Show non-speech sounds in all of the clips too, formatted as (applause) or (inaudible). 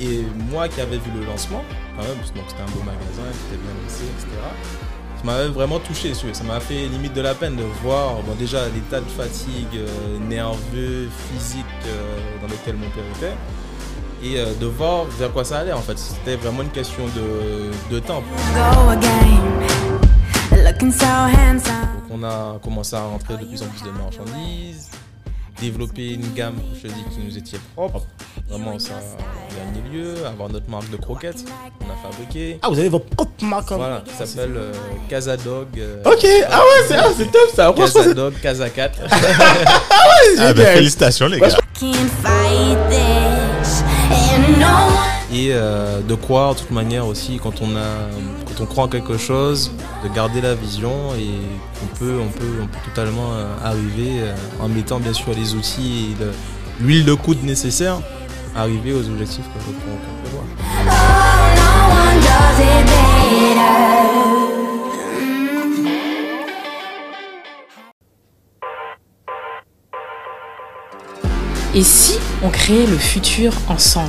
Et moi qui avais vu le lancement, quand même, donc c'était un beau magasin qui était bien lancé, etc. Ça m'avait vraiment touché, si vous voulez. ça m'a fait limite de la peine de voir bon, déjà l'état de fatigue euh, nerveux, physique euh, dans lequel mon père était, et euh, de voir vers quoi ça allait en fait. C'était vraiment une question de, de temps. Donc on a commencé à rentrer de plus en plus de marchandises, développer une gamme, je dis, qui nous était propre. Vraiment, ça a gagné lieu. Avoir notre marque de croquettes qu'on a fabriquée. Ah, vous avez vos propres marques. hein. Voilà, qui s'appelle euh, Casa Dog. euh, Ok, ah ouais, c'est ah, c'est top ça. (laughs) Franchement, Casa c'est Dog, Casa (laughs) 4. c'est Ah, bah, génial. félicitations, les gars. Can't fight this, and no one. Et euh, de croire, de toute manière aussi, quand on, a, quand on croit en quelque chose, de garder la vision et on peut, on peut, on peut totalement euh, arriver euh, en mettant bien sûr les outils et le- l'huile de coude nécessaire, arriver aux objectifs qu'on qu'on- qu'on peut voir. Oh, no one does it better. Et si on créait le futur ensemble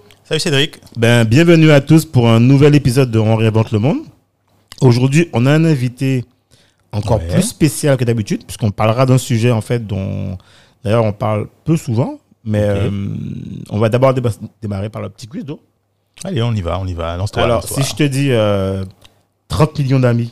Salut Cédric. Ben, bienvenue à tous pour un nouvel épisode de On réinvente le monde. Aujourd'hui, on a un invité encore Ouais. plus spécial que d'habitude, puisqu'on parlera d'un sujet en fait dont d'ailleurs on parle peu souvent, mais Ok. euh, on va d'abord déba- démarrer par le petit quiz Do. Allez, on y va, on y va. Lance-toi. Alors, lance-toi. si je te dis euh, 30 millions d'amis,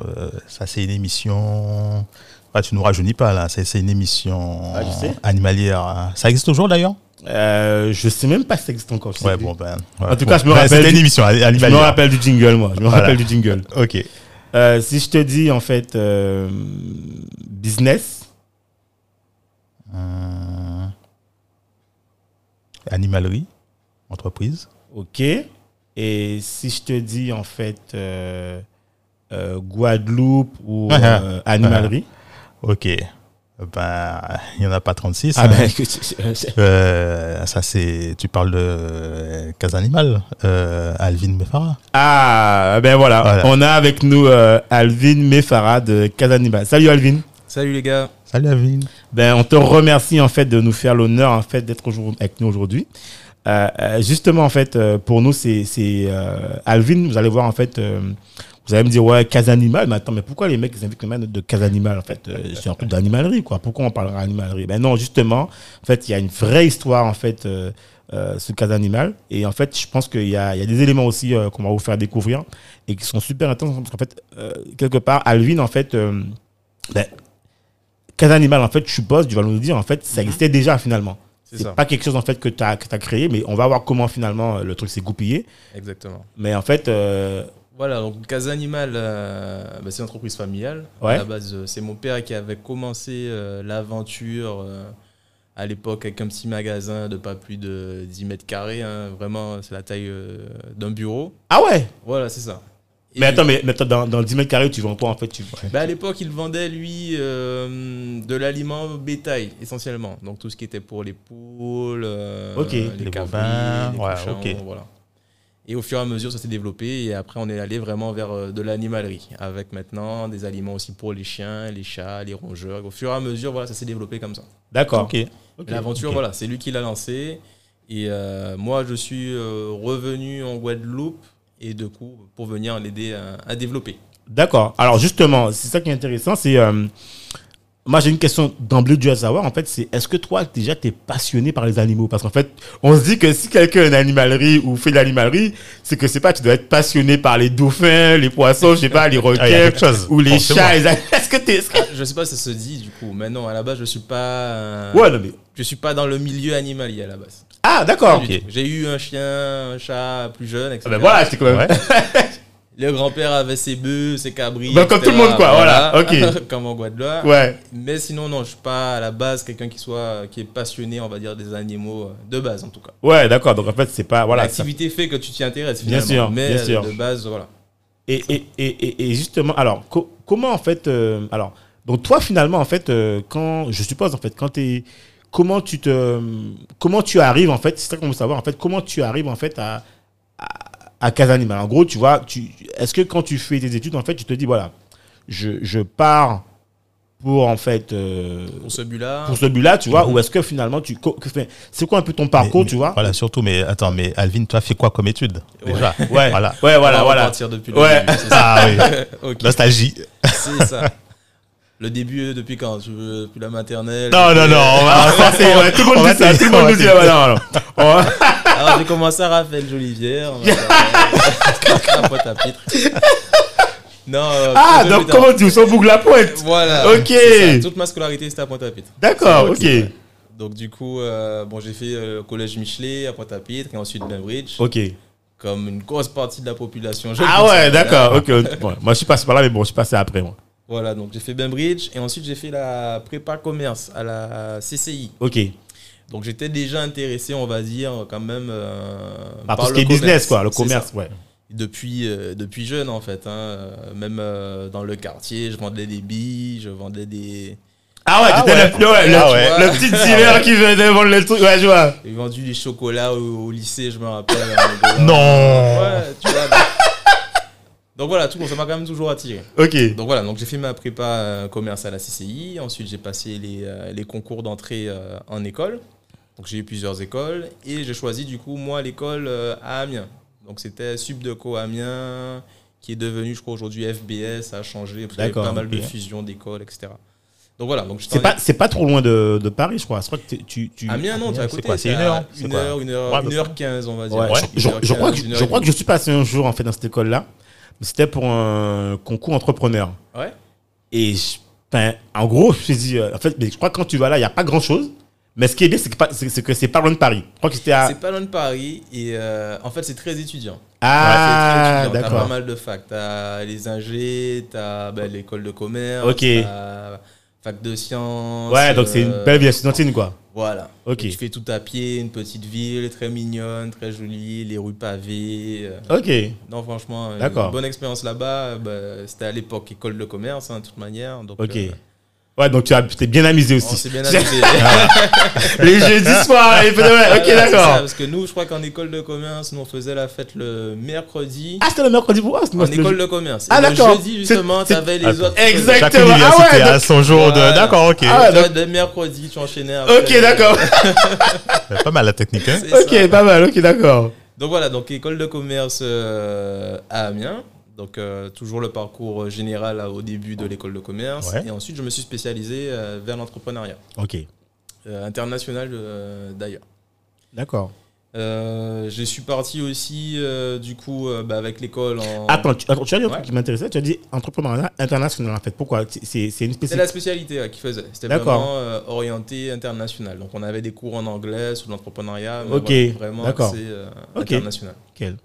Euh, ça, c'est une émission. Ah, tu nous rajeunis pas là. C'est c'est une émission Ah, je sais. animalière. Ça existe toujours d'ailleurs euh, je sais même pas si ça existe encore. je sais Ouais, plus. bon, ben. En tout cas, je me rappelle C'était du- une émission a- Je me animalière. rappelle du jingle, moi. Je me Voilà. rappelle du jingle. Ok. Euh, si je te dis, en fait, euh, business, Euh, Animalerie, entreprise, ok. Et si je te dis, en fait, euh, euh, Guadeloupe (laughs) ou Ah, ah. euh, animalerie. ok. Ben, il n'y en a pas 36. hein. Ah ben, écoute, je- je- Euh, ça, c'est. Tu parles de euh, Casa Animal, euh, Alvin Befara. ah, ben voilà. Voilà. On a avec nous euh, Alvin Mefara de Casanibal. Salut Alvin. Salut les gars. Salut Alvin. Ben, on te remercie en fait de nous faire l'honneur en fait d'être aujourd'hui- avec nous aujourd'hui. Euh, euh, justement en fait euh, pour nous c'est c'est, euh, Alvin vous allez voir en fait euh, vous allez me dire ouais Casa Animal mais attends mais pourquoi les mecs ils invitent les mecs de Casa Animal en fait Euh, c'est un truc d'animalerie quoi pourquoi on parlera animalerie ben non justement en fait il y a une vraie histoire en fait euh, euh, sur Casa Animal et en fait je pense qu'il y a il y a des éléments aussi euh, qu'on va vous faire découvrir et qui sont super intéressants parce qu'en fait euh, quelque part Alvin en fait euh, ben, Casa Animal, en fait, je suppose, tu vas nous dire, en fait, ça existait déjà finalement. C'est C'est ça, pas quelque chose en fait que tu as, créé, mais on va voir comment finalement euh, le truc s'est goupillé. exactement. Mais en fait, euh, Voilà, donc Casa Animal, euh, bah, c'est une entreprise familiale. Ouais. À la base, euh, c'est mon père qui avait commencé euh, l'aventure euh, à l'époque avec un petit magasin de pas plus de 10 mètres carrés. hein. Vraiment, c'est la taille euh, d'un bureau. ah ouais Voilà, c'est ça. Et- Mais attends, mais, mais attends, dans, dans le 10 mètres carrés, tu vends quoi en fait tu... Bah, à l'époque, il vendait, lui, euh, de l'aliment bétail, essentiellement. Donc, tout ce qui était pour les poules, euh, Ok. les, Les cabris, bovins, les ouais, cochons, ok. voilà. Et au fur et à mesure, ça s'est développé. Et après, on est allé vraiment vers euh, de l'animalerie, avec maintenant des aliments aussi pour les chiens, les chats, les rongeurs. Au fur et à mesure, voilà, ça s'est développé comme ça. D'accord. Ok. Ok. L'aventure, Ok. voilà, c'est lui qui l'a lancée. Et euh, moi, je suis euh, revenu en Guadeloupe, et de coup, pour venir l'aider à- à développer. D'accord. Alors justement, c'est ça qui est intéressant, c'est... euh, moi, j'ai une question d'emblée due à savoir, en fait, c'est est-ce que toi, déjà, tu es passionné par les animaux Parce qu'en fait, on se dit que si quelqu'un a une animalerie ou fait de l'animalerie, c'est que c'est pas, tu dois être passionné par les dauphins, les poissons, je sais pas, les Ah, il y a requins, quelque chose. ou les forcément. chats. les a- Est-ce que t'es. est-ce que- Je sais pas si ça se dit du coup, mais non, à la base, je suis pas. euh, Ouais, non, mais. Je suis pas dans le milieu animalier à la base. Ah, ben d'accord. J'ai eu un chien, un chat plus jeune, etc. Ah, ben voilà, c'est quand même. Ouais. Le grand-père avait ses bœufs, ses cabris. Ben, comme etc. tout le monde, quoi, voilà, (laughs) ok. comme en Guadeloupe. Ouais. Mais sinon, non, je suis pas à la base quelqu'un qui soit qui est passionné, on va dire, des animaux, euh, de base en tout cas. Ouais, d'accord. Donc en fait, c'est pas. Voilà. ça- L'activité fait que tu t'y intéresses Bien finalement. sûr, mais bien euh, sûr. de base, voilà. Et, et, et, et- et justement, alors, co- comment en fait. euh, alors, donc toi finalement, en fait, euh, quand. Je suppose en fait, quand t'es. Comment tu te. Comment tu arrives en fait. C'est ça qu'on veut savoir en fait. Comment tu arrives en fait à. à, à Casanimal En gros, tu vois, tu, est-ce que quand tu fais tes études, en fait, tu te dis, voilà, je, je pars pour en fait. euh, Pour ce but-là, pour ce but-là, tu vois, ou est-ce que finalement, tu. co- que fait- C'est quoi un peu ton parcours, Mhm. Mais- tu mais- vois Voilà, surtout, mais attends, mais Alvin, toi, fais quoi comme étude (laughs) Déjà. Ouais, Voilà. ouais, on va voilà, voilà. repartir depuis Ouais. le début. c'est ça. Ah oui, (laughs) Ok, nostalgie. c'est (laughs) ça. Le début, euh, depuis quand Tu veux depuis la maternelle Non, non, non, on va- on va- Ah, Ouais, tout le monde on va dit ça, te- tout le on monde va nous te- dit, ah, voilà, voilà. On va- Alors Ah, j'ai commencé à Raphaël Jolivière. on va (laughs) faire un pote à pitre. Non, euh, Ah, un peu donc plus tard. comment tu sens boucle la pointe Voilà. Ok. c'est ça. Toute ma scolarité, c'était à Pointe-à-Pitre. D'accord, ok. Donc, du coup, euh, bon, j'ai fait euh, collège Michelet à Pointe-à-Pitre et ensuite Bainbridge, Ok. comme une grosse partie de la population. je Ah pense. ouais, d'accord, ok. Bon, moi je suis passé par là, mais bon, je suis passé après moi. Voilà, donc j'ai fait Bainbridge et ensuite j'ai fait la prépa commerce à la CCI. Ok. Donc, j'étais déjà intéressé, on va dire, quand même. euh, Ah, par tout ce le qui est commerce. business, quoi, le C'est ça. commerce, ouais. depuis, euh, depuis jeune en fait. hein. Euh, Même euh, dans le quartier, je vendais des billes, je vendais des... Ah ouais, Ah t'étais ouais. le, ouais, le- Ah ouais. le petit dealer qui venait vendre le truc, ouais, je vois. J'ai vendu des chocolats au, au lycée, je me rappelle. en rigolant. Non. Ouais, tu vois. Donc, donc voilà, tout, ça m'a quand même toujours attiré. Ok. Donc voilà, donc j'ai fait ma prépa euh, commerce à la CCI, ensuite j'ai passé les, euh, les concours d'entrée euh, en école. Donc j'ai eu plusieurs écoles et j'ai choisi du coup moi l'école euh, à Amiens. Donc c'était Subdeco Amiens qui est devenu je crois aujourd'hui FBS, ça a changé parce qu'il y avait D'accord, pas mal de ok. fusions d'écoles, etc. Donc voilà, donc j'étais C'est en- pas, c'est pas trop loin de, de Paris, je crois. Je crois que t'es- tu. tu... Amiens, Ah, non, tu C'est à côté. quoi, c'est t'es une heure, à hein, c'est Une quoi heure, une heure, Ouais, à peu une heure quinze, on va dire. Ouais. Je, je crois que, je crois que je suis passé un jour en fait dans cette école-là. C'était pour un concours entrepreneur. Ouais. Et je- ben, en gros, je me suis dit, euh, en fait, mais je crois que quand tu vas là, il n'y a pas grand-chose. Mais ce qui est bien, c'est que, pas- c'est- c'est que c'est pas loin de Paris. Je crois que c'était à. C'est pas loin de Paris et euh, en fait c'est très étudiant. Ah, Ouais, c'est très étudiant. T'as pas d'accord. mal de facs. T'as les ingés, t'as ben, l'école de commerce, Ok. t'as fac de sciences. Ouais, donc c'est une euh, belle vie estudiantine, quoi. Voilà. Ok. Et tu fais tout à pied, une petite ville très mignonne, très jolie, les rues pavées. euh. Ok. Non, franchement, D'accord. une bonne expérience là-bas. Ben, C'était à l'époque école de commerce, hein, de toute manière. Donc, Ok. euh, Ouais, donc tu as, tu t'es bien amusé on aussi. s'est Oh, (laughs) bien amusé. Les jeudis soirs, il fait- ouais, Ah, ok, Voilà, c'est ça, d'accord. Parce que nous, je crois qu'en école de commerce, nous on faisait la fête le mercredi. Ah, c'était le mercredi pour moi, en école de commerce. Ah, Et le d'accord. jeudi, C'est- justement, c'est- t'avais les Attends. autres. Exact. Chaque Exactement. Ah ouais, université donc- a son jour de. Voilà. D'accord, ok. Ah ouais, Toi, donc- de mercredi, tu enchaînais après. Ok, d'accord. Pas mal la technique, hein. (laughs) C'est ça. Ok, pas mal, ok, d'accord. Donc voilà, donc école de commerce euh, à Amiens. Donc euh, toujours le parcours général là, au début de l'école de commerce. Ouais. Et ensuite, je me suis spécialisé euh, vers l'entrepreneuriat, Ok, euh, international euh, d'ailleurs. d'accord. Euh, je suis parti aussi, euh, du coup, euh, bah, avec l'école en... Attends, tu, attends, tu as dit un truc Ouais. qui m'intéressait. Tu as dit entrepreneuriat international en fait. Pourquoi C'est- C'est c'est une C'est la spécialité. spécialité qui faisait. C'était D'accord. vraiment euh, orienté international. Donc on avait des cours en anglais sur l'entrepreneuriat, mais Ok, voilà, vraiment d'accord. axé, euh, Ok. international. Quelle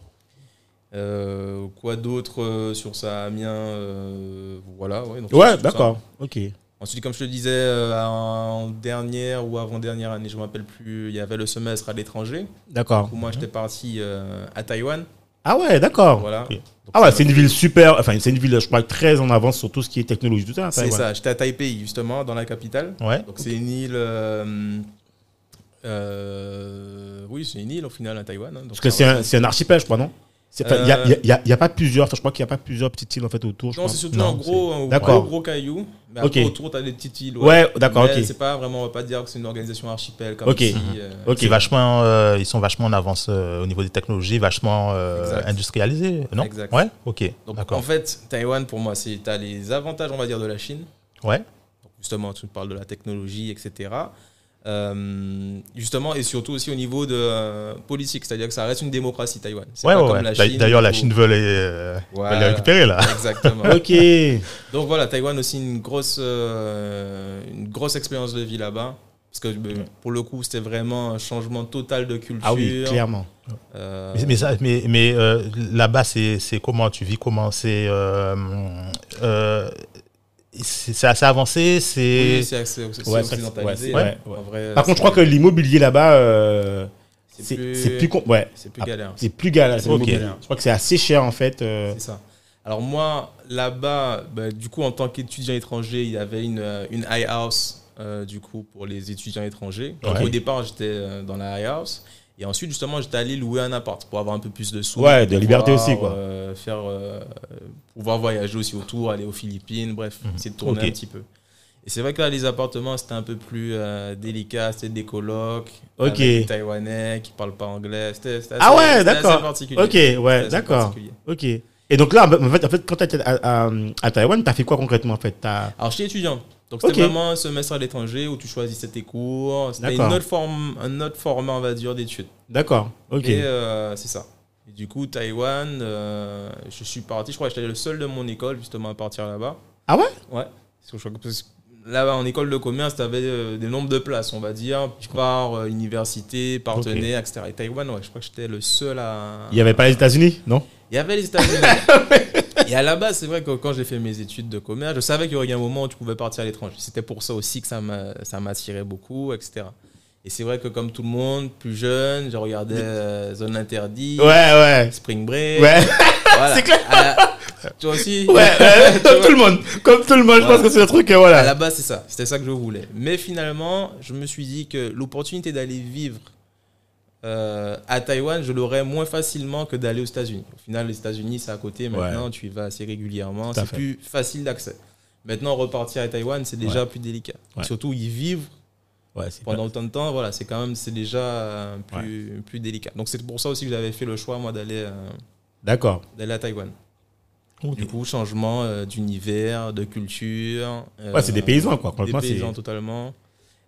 Euh, quoi d'autre euh, sur ça, Amiens euh, Voilà, ouais. donc c'est Ouais, tout d'accord. Ok. ça. Ensuite, comme je te le disais, euh, en dernière ou avant-dernière année, je ne me rappelle plus, il y avait le semestre à l'étranger. D'accord. Pour moi, j'étais parti euh, à Taïwan. Ah ouais, d'accord. Voilà. Ok. Donc, Ah ouais, c'est ça- une ville super. Enfin, c'est une ville, je crois, très en avance sur tout ce qui est technologie. Tout ça. C'est ça, j'étais à Taipei, justement, dans la capitale. Ouais. Donc c'est une île. euh, euh, oui, c'est une île au final à Taïwan. hein. Donc, Parce que ça c'est reste- un, c'est un archipel, je crois, non C'est- enfin, Il n'y a, il y a- il y a- il y a pas plusieurs. enfin, je crois qu'il n'y a pas plusieurs petites îles en fait autour. je Non, crois. c'est surtout Non, un gros, un D'accord. gros, gros caillou. Mais Ok. après, autour, t'as des petites îles. Ouais, d'accord, Mais ok. C'est pas vraiment, on va pas dire que c'est une organisation archipel comme Ok. ici, euh, Ok. C'est vachement, euh, ils sont vachement en avance euh, au niveau des technologies, vachement euh, Exact. industrialisés, non Exact. Ouais, ok, Donc, d'accord. en fait, Taïwan, pour moi, c'est t'as les avantages, on va dire, de la Chine. Ouais, Donc, justement, tu parles de la technologie, etc. Euh, justement, et surtout aussi au niveau de euh, politique, c'est-à-dire que ça reste une démocratie, Taïwan. C'est ouais, pas ouais. comme ouais. la D'a- Chine D'ailleurs, la où- Chine veut les, euh, Voilà. veut les récupérer, là. (laughs) Exactement. (laughs) (laughs) Ok. Donc voilà, Taïwan aussi une grosse, euh, une grosse expérience de vie là-bas. Parce que euh, pour le coup, c'était vraiment un changement total de culture. Ah oui, clairement. Euh, Mais, mais ça- mais- mais, euh, là-bas, c'est c'est comment tu vis Comment c'est. euh, euh, c'est c'est assez avancé C'est. oui, c'est c'est- c'est Ouais, occidentalisé. c'est- ouais, En ouais. vrai, Par contre, je crois que l'immobilier là-bas, euh, c'est c'est c'est plus, com- ouais, c'est plus galère. c'est plus galère. Ok. l'immobilier. Je crois que c'est assez cher en fait. euh, C'est ça. Alors moi, là-bas, bah, du coup, en tant qu'étudiant étranger, il y avait une, euh, une high house, euh, du coup, pour les étudiants étrangers. Donc, Ouais. Au départ, j'étais euh, dans la high house. Et ensuite, justement, j'étais allé louer un appart pour avoir un peu plus de sous. Ouais, de pouvoir, liberté aussi, quoi. euh, faire, euh, pouvoir voyager aussi autour, aller aux Philippines, bref, Mhm. essayer de tourner Ok. un petit peu. Et c'est vrai que là, les appartements, c'était un peu plus euh, délicat. C'était des colocs, Ok. avec des Taïwanais qui parlent pas anglais. C'était c'était Ah assez- ouais, c'était assez d'accord. particulier. Ok, C'était ouais, assez d'accord. particulier. Ok. Et donc là, en fait, en fait quand tu étais à, à, à Taïwan, tu as fait quoi concrètement en fait T'as- Alors, j'étais étudiant. Donc, c'était Ok. vraiment un semestre à l'étranger où tu choisissais tes cours. C'était une D'accord. autre forme, un autre format, on va dire, d'études. D'accord, ok. Et euh, c'est ça. Et du coup, Taïwan, euh, je suis parti. Je crois que j'étais le seul de mon école, justement, à partir là-bas. Ah ouais Ouais. Parce que je crois que- parce que là-bas, en école de commerce, tu avais des nombres de places, on va dire, par euh, université, partenaire, etc. Et Taïwan, ouais, je crois que j'étais le seul à. Il n'y avait pas les États-Unis, non Il y avait les (laughs) États-Unis. et à la base, c'est vrai que quand j'ai fait mes études de commerce, je savais qu'il y aurait un moment où tu pouvais partir à l'étranger. C'était pour ça aussi que ça m'a- ça m'attirait beaucoup, etc. Et c'est vrai que comme tout le monde, plus jeune, je regardais euh, Zone Interdite, Ouais, ouais. Spring Break. (laughs) Ouais, (laughs) voilà. c'est clair. À la- Toi aussi ouais, ouais, (laughs) Tu comme vois tout le monde. Comme tout le monde, je Voilà. pense que c'est le truc, euh, À voilà. la base, c'est ça. C'était ça que je voulais. Mais finalement, je me suis dit que l'opportunité d'aller vivre euh, à Taïwan, je l'aurais moins facilement que d'aller aux États-Unis. Au final, les États-Unis, c'est à côté. Maintenant, tu y vas assez régulièrement. Tout à C'est fait. plus facile d'accès. Maintenant, repartir à Taïwan, c'est déjà plus délicat. Ouais. Surtout y vivre Ouais, c'est pendant autant de temps, voilà, c'est quand même c'est déjà euh, plus, plus délicat. Donc c'est pour ça aussi que j'avais fait le choix moi d'aller euh, D'accord. d'aller à Taïwan. Ok. Du coup, changement euh, d'univers, de culture. euh, Ouais, c'est des paysans paysans, quoi. Complètement, des c'est. paysans totalement.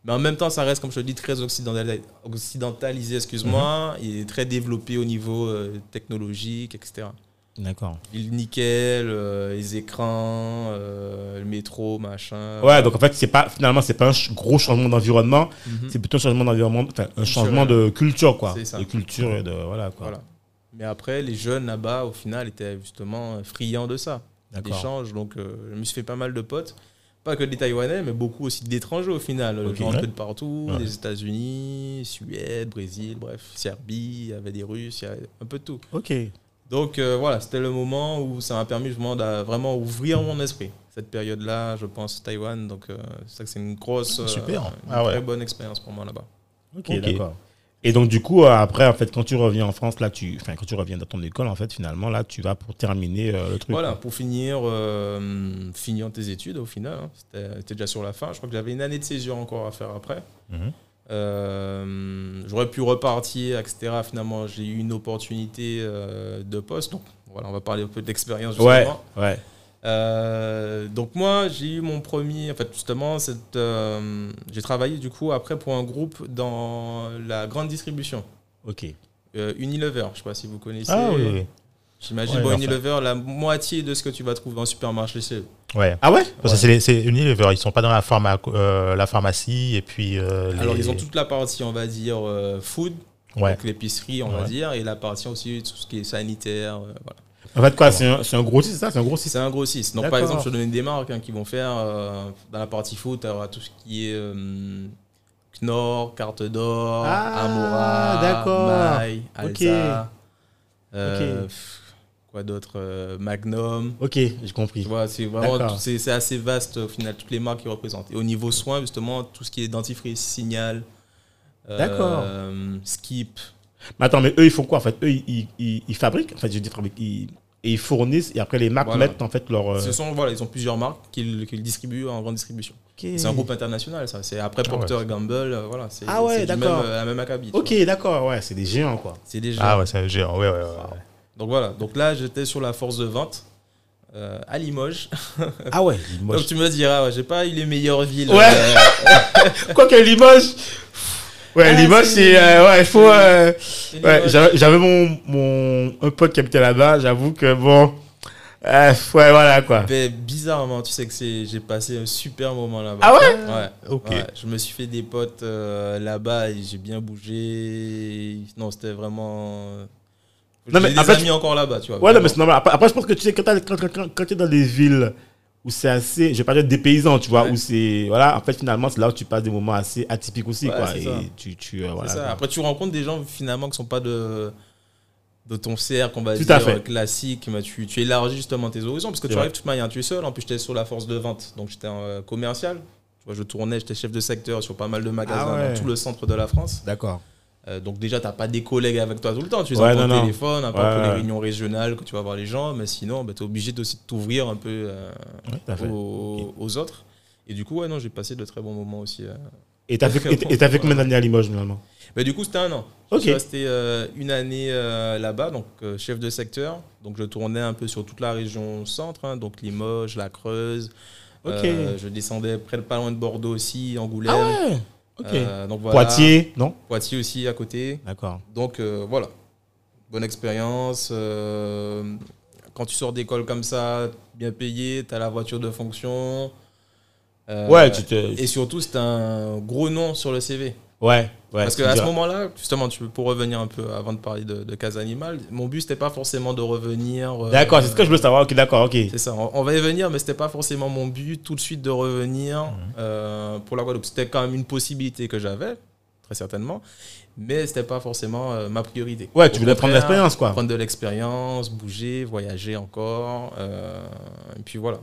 Mais en même temps, ça reste, comme je te dis, très occidentali- occidentalisé, excuse-moi, Mhm. et très développé au niveau euh, technologique, etc. D'accord. Le nickel, euh, les écrans, euh, le métro, machin. Ouais, donc en fait, c'est pas, finalement, c'est pas un ch- gros changement d'environnement, Mhm. c'est plutôt un changement d'environnement, enfin, un changement de culture, quoi. C'est ça. De culture et de. Voilà, quoi. Voilà. Mais après, les jeunes là-bas, au final, étaient justement euh, friands de ça, D'accord. d'échanges. Donc, euh, je me suis fait pas mal de potes. Pas que des Taïwanais, mais beaucoup aussi d'étrangers au final. Ok. Genre un Ouais. peu de partout, Ouais. des États-Unis, Suède, Brésil, bref, Serbie, il y avait des Russes, il y avait un peu de tout. Ok. Donc euh, voilà, c'était le moment où ça m'a permis justement de vraiment ouvrir mon esprit. Cette période-là, je pense, Taïwan. Donc euh, c'est ça que c'est une grosse, euh, Super. une Ah ouais. très bonne expérience pour moi là-bas. Ok, Ok. d'accord. Et donc, du coup, euh, après, en fait, quand tu reviens en France, là, tu. Enfin, quand tu reviens dans ton école, en fait, finalement, là, tu vas pour terminer euh, le truc. Voilà, pour finir, euh, finir tes études au final, hein. c'était c'était déjà sur la fin. Je crois que j'avais une année de césure encore à faire après. Mhm. Euh, J'aurais pu repartir, etc. Finalement, j'ai eu une opportunité euh, de poste. Donc voilà, on va parler un peu d'expérience justement. Ouais, ouais. Euh, donc moi, j'ai eu mon premier, en fait justement, cette, euh, j'ai travaillé du coup après pour un groupe dans la grande distribution, Ok. euh, Unilever, je sais pas si vous connaissez. euh, Ah oui, oui. J'imagine Ouais, bon, enfin. Unilever, la moitié de ce que tu vas trouver en supermarché, c'est eux. Ouais. Ah ouais Parce que c'est les- c'est Unilever, ils sont pas dans la, pharma, euh, la pharmacie et puis. euh, les- Alors ils ont toute la partie, on va dire, euh, food, Ouais. donc l'épicerie, on va Ouais. dire, et la partie aussi tout ce qui est sanitaire. euh, voilà. En fait, quoi, c'est un, c'est un gros site, c'est ça C'est un gros site. C'est un grossiste. Donc par D'accord. exemple, je te donne des marques hein, qui vont faire euh, dans la partie food, tu tout ce qui est euh, Knorr, Carte d'Or, Ah, Amora, d'accord. Maille, Alza. Ok. euh, Ok. pff, quoi d'autre euh, Magnum. Ok, j'ai compris. Tu vois, c'est vraiment D'accord. tout- c'est c'est assez vaste au final, toutes les marques qu'ils représentent. Et au niveau soins, justement, tout ce qui est dentifrice, signal, euh, D'accord. skip. Mais attends, mais eux, ils font quoi En fait, eux, ils, ils, ils- ils fabriquent. En fait, je dis fabriquent. Ils, et ils fournissent. Et après, les marques Voilà. mettent en fait leur. euh, Ce sont, voilà, ils ont plusieurs marques qu'ils qu'ils distribuent en grande distribution. C'est un groupe international, ça. C'est après Ah ouais. Procter Gamble, euh, voilà. C'est Ah ouais, c'est du d'accord. même, euh, la même acabit. tu Ok, vois. d'accord. Ouais, c'est des géants, quoi. C'est déjà. Ah ouais, c'est un géant. Ouais, ouais, ouais, ouais. Donc voilà. Donc là, j'étais sur la force de vente euh, à Limoges. Ah ouais. (laughs) Donc tu me diras, ouais, j'ai pas eu les meilleures villes. Ouais. euh, quoi que Limoges. Ouais, Ah, Limoges, c'est- c'est. euh, ouais, il faut. euh, c'est (laughs) ouais, Limoges. j'avais j'avais mon, mon. Un pote qui habitait là-bas. J'avoue que bon. Euh, ouais, voilà quoi. Ben, bizarrement, tu sais que c'est- j'ai passé un super moment là-bas. Ah Ouais. Ok. Ouais, je me suis fait des potes euh, là-bas et j'ai bien bougé. Non, c'était vraiment. euh, Non, mais J'ai des après, amis tu- encore là-bas, tu vois. Ouais, non, vraiment. mais c'est normal. Après, après, je pense que tu sais, quand, t'as- quand, quand- quand- quand t'es dans des villes où c'est assez, je vais pas dire des paysans, tu vois, Ouais. où c'est, voilà, en fait, finalement, c'est là où tu passes des moments assez atypiques aussi, Ouais, quoi. c'est Et ça. tu, tu, euh, voilà. C'est ça. Après, tu rencontres des gens finalement qui sont pas de, de ton cercle, on va Tout dire, à fait. classique. Mais tu, tu élargis justement tes horizons parce que tu C'est vrai. arrives, tu manière, tu es seul. En plus, j'étais sur la force de vente, donc j'étais euh, commercial. Tu vois, je tournais, j'étais chef de secteur sur pas mal de magasins Ah ouais. dans tout le centre de la France. D'accord. Euh, donc déjà, t'as pas des collègues avec toi tout le temps. Tu les Ouais, as non, par non. téléphone, à part Ouais, pour les ouais. réunions régionales que tu vas voir les gens. Mais sinon, tu es obligé de- aussi de t'ouvrir un peu euh, tout à fait. aux, aux autres. Et du coup, ouais, non, j'ai passé de très bons moments aussi. euh. Et t'as fait, et- et t'as fait combien d'années à Limoges, finalement Mais du coup, c'était un an. Ok. Je suis resté euh, une année euh, là-bas, donc euh, chef de secteur. Donc je tournais un peu sur toute la région centre, hein, donc Limoges, la Creuse. Ok. Euh, je descendais près de pas loin de Bordeaux aussi, Angoulême. Ah ouais Ok. Euh, donc voilà. Poitiers, non Poitiers aussi à côté. D'accord. Donc euh, voilà, bonne expérience. euh, quand tu sors d'école comme ça, bien payé, t'as la voiture de fonction. euh, ouais, tu te. Et surtout, c'est un gros nom sur le CV. Ouais, ouais. Parce tu qu'à ce diras. moment-là, justement, tu, pour revenir un peu avant de parler de, de Case Animal, mon but, c'était pas forcément de revenir. euh, D'accord, c'est ce que je voulais savoir. Ok, d'accord, ok. C'est ça, on, on va y venir, mais c'était pas forcément mon but tout de suite de revenir Mhm. euh, pour la Guadeloupe. C'était quand même une possibilité que j'avais, très certainement, mais c'était pas forcément euh, ma priorité. Ouais, tu Au voulais prendre contraire, l'expérience, quoi. Prendre de l'expérience, bouger, voyager encore, euh, et puis voilà.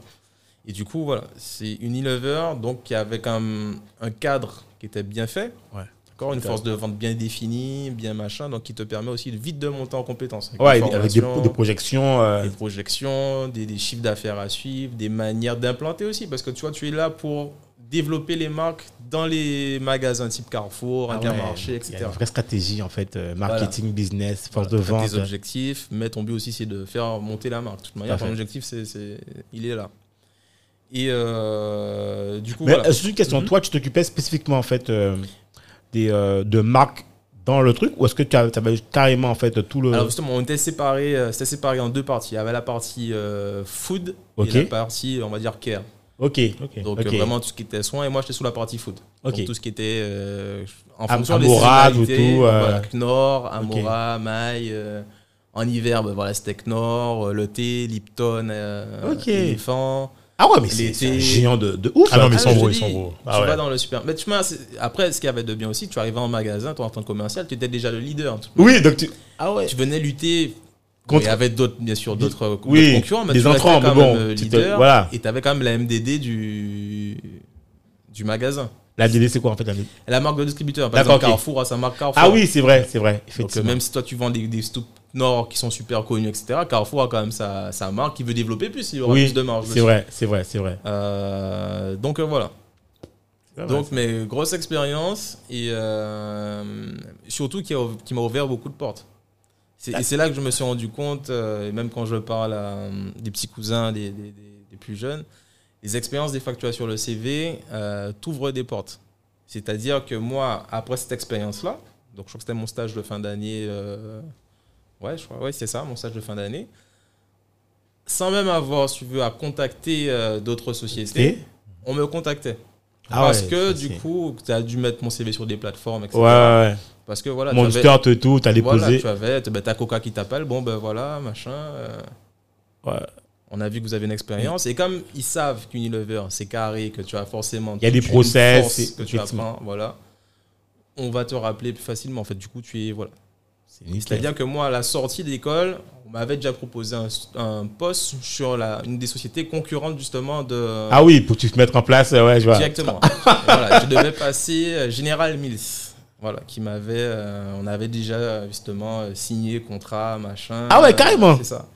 Et du coup, voilà, c'est Unilever, donc qui avait quand même un cadre qui était bien fait. Ouais. D'accord, une force de vente bien définie, bien machin, donc qui te permet aussi de vite de monter en compétences. Ouais, une avec des, formation des projections. euh, des projections, des, des chiffres d'affaires à suivre, des manières d'implanter aussi. Parce que tu vois, tu es là pour développer les marques dans les magasins type Carrefour, ah ouais, Intermarché, il y a etc. Une vraie stratégie, en fait, euh, marketing, business, force de T'as vente. hein. tes objectifs, mais ton but aussi c'est de faire monter la marque. De toute manière, Tout à ton fait. objectif, c'est, c'est- il est là. Et euh, du coup, Mais voilà. euh, c'est une question. Mhm. Toi, tu t'occupais spécifiquement en fait euh, des euh, de marques dans le truc, ou est-ce que tu av- t'avais carrément en fait tout le Alors justement, on était séparés, euh, c'était séparé en deux parties. Il y avait la partie euh, food Ok. et la partie, on va dire, care. Ok, ok, Donc ok. euh, vraiment tout ce qui était soin et moi j'étais sur la partie food. Ok. Donc tout ce qui était euh, en Am- fonction des Amorade ou saisonnalités, tout, euh, voilà, Knorr, Amora, Maille. euh, en hiver, ben voilà, c'était Knorr, euh, le thé, Lipton, euh, Ok. éléphant. Ah ouais, mais c'est l'été- c'est un géant de, de ouf. Ah non, hein. mais ils sont je te gros, ils dis, sont gros. tu Ah ouais. vas dans le super. Mais tu vois, c'est- après, ce qu'il y avait de bien aussi, tu arrivais en magasin, toi en tant que commercial, tu étais déjà le leader. Tu- Oui, donc tu. Ah ouais. Tu venais lutter. Contre- Contre... Il y avait d'autres, bien sûr, d'autres euh, Oui, d'autres concurrents, mais des tu restais entrants, quand mais bon, même euh, tu te- leader. voilà. Et tu avais quand même la MDD du, du magasin. La DD, c'est quoi en fait la DD? La marque de distributeur, par D'accord, exemple, ok. Carrefour a sa marque Carrefour. Ah oui, c'est vrai, c'est vrai. Donc, euh, Effectivement. même si toi tu vends des, des soupes Nord qui sont super connues, etc., Carrefour a quand même sa, sa marque qui veut développer plus, il aura oui, plus de marge. c'est dessus. vrai, c'est vrai, c'est vrai. Euh, donc euh, voilà. donc mes grosses expériences et euh, surtout qui, a ouv- qui m'a ouvert beaucoup de portes. C'est- Et c'est là que je me suis rendu compte, euh, et même quand je parle à euh, des petits cousins, des, des- des- des plus jeunes, les expériences des factures sur le CV euh, t'ouvrent des portes. C'est-à-dire que moi, après cette expérience-là, donc je crois que c'était mon stage de fin d'année, euh, ouais, je crois, ouais, c'est ça, mon stage de fin d'année, sans même avoir, si tu veux, à contacter euh, d'autres sociétés, Et on me contactait. Ah parce ouais, que ça, du c'est- coup, tu as dû mettre mon CV sur des plateformes, etc. Ouais, ouais. Parce que voilà, tu avais- Monster, tout, tout, t'as voilà, déposé. tu avais ben, ta Coca qui t'appelle, bon ben voilà, machin. euh, Ouais. on a vu que vous avez une expérience. Et comme ils savent qu'Unilever, c'est carré, que tu as forcément. Il y a des toute une process, force et- que tu effectivement. apprends, voilà. On va te rappeler plus facilement. En fait, du coup, tu es. Voilà. C'est nickel. C'est-à-dire que moi, à la sortie de l'école, on m'avait déjà proposé un, un poste sur la, une des sociétés concurrentes, justement, de. Ah oui, pour que tu te mettre en place, euh, ouais, je vois. Directement. voilà, je devais passer euh, General Mills. Voilà, qui m'avait. euh, on avait déjà euh, justement euh, signé contrat, machin. Ah ouais, Euh, carrément. C'est ça.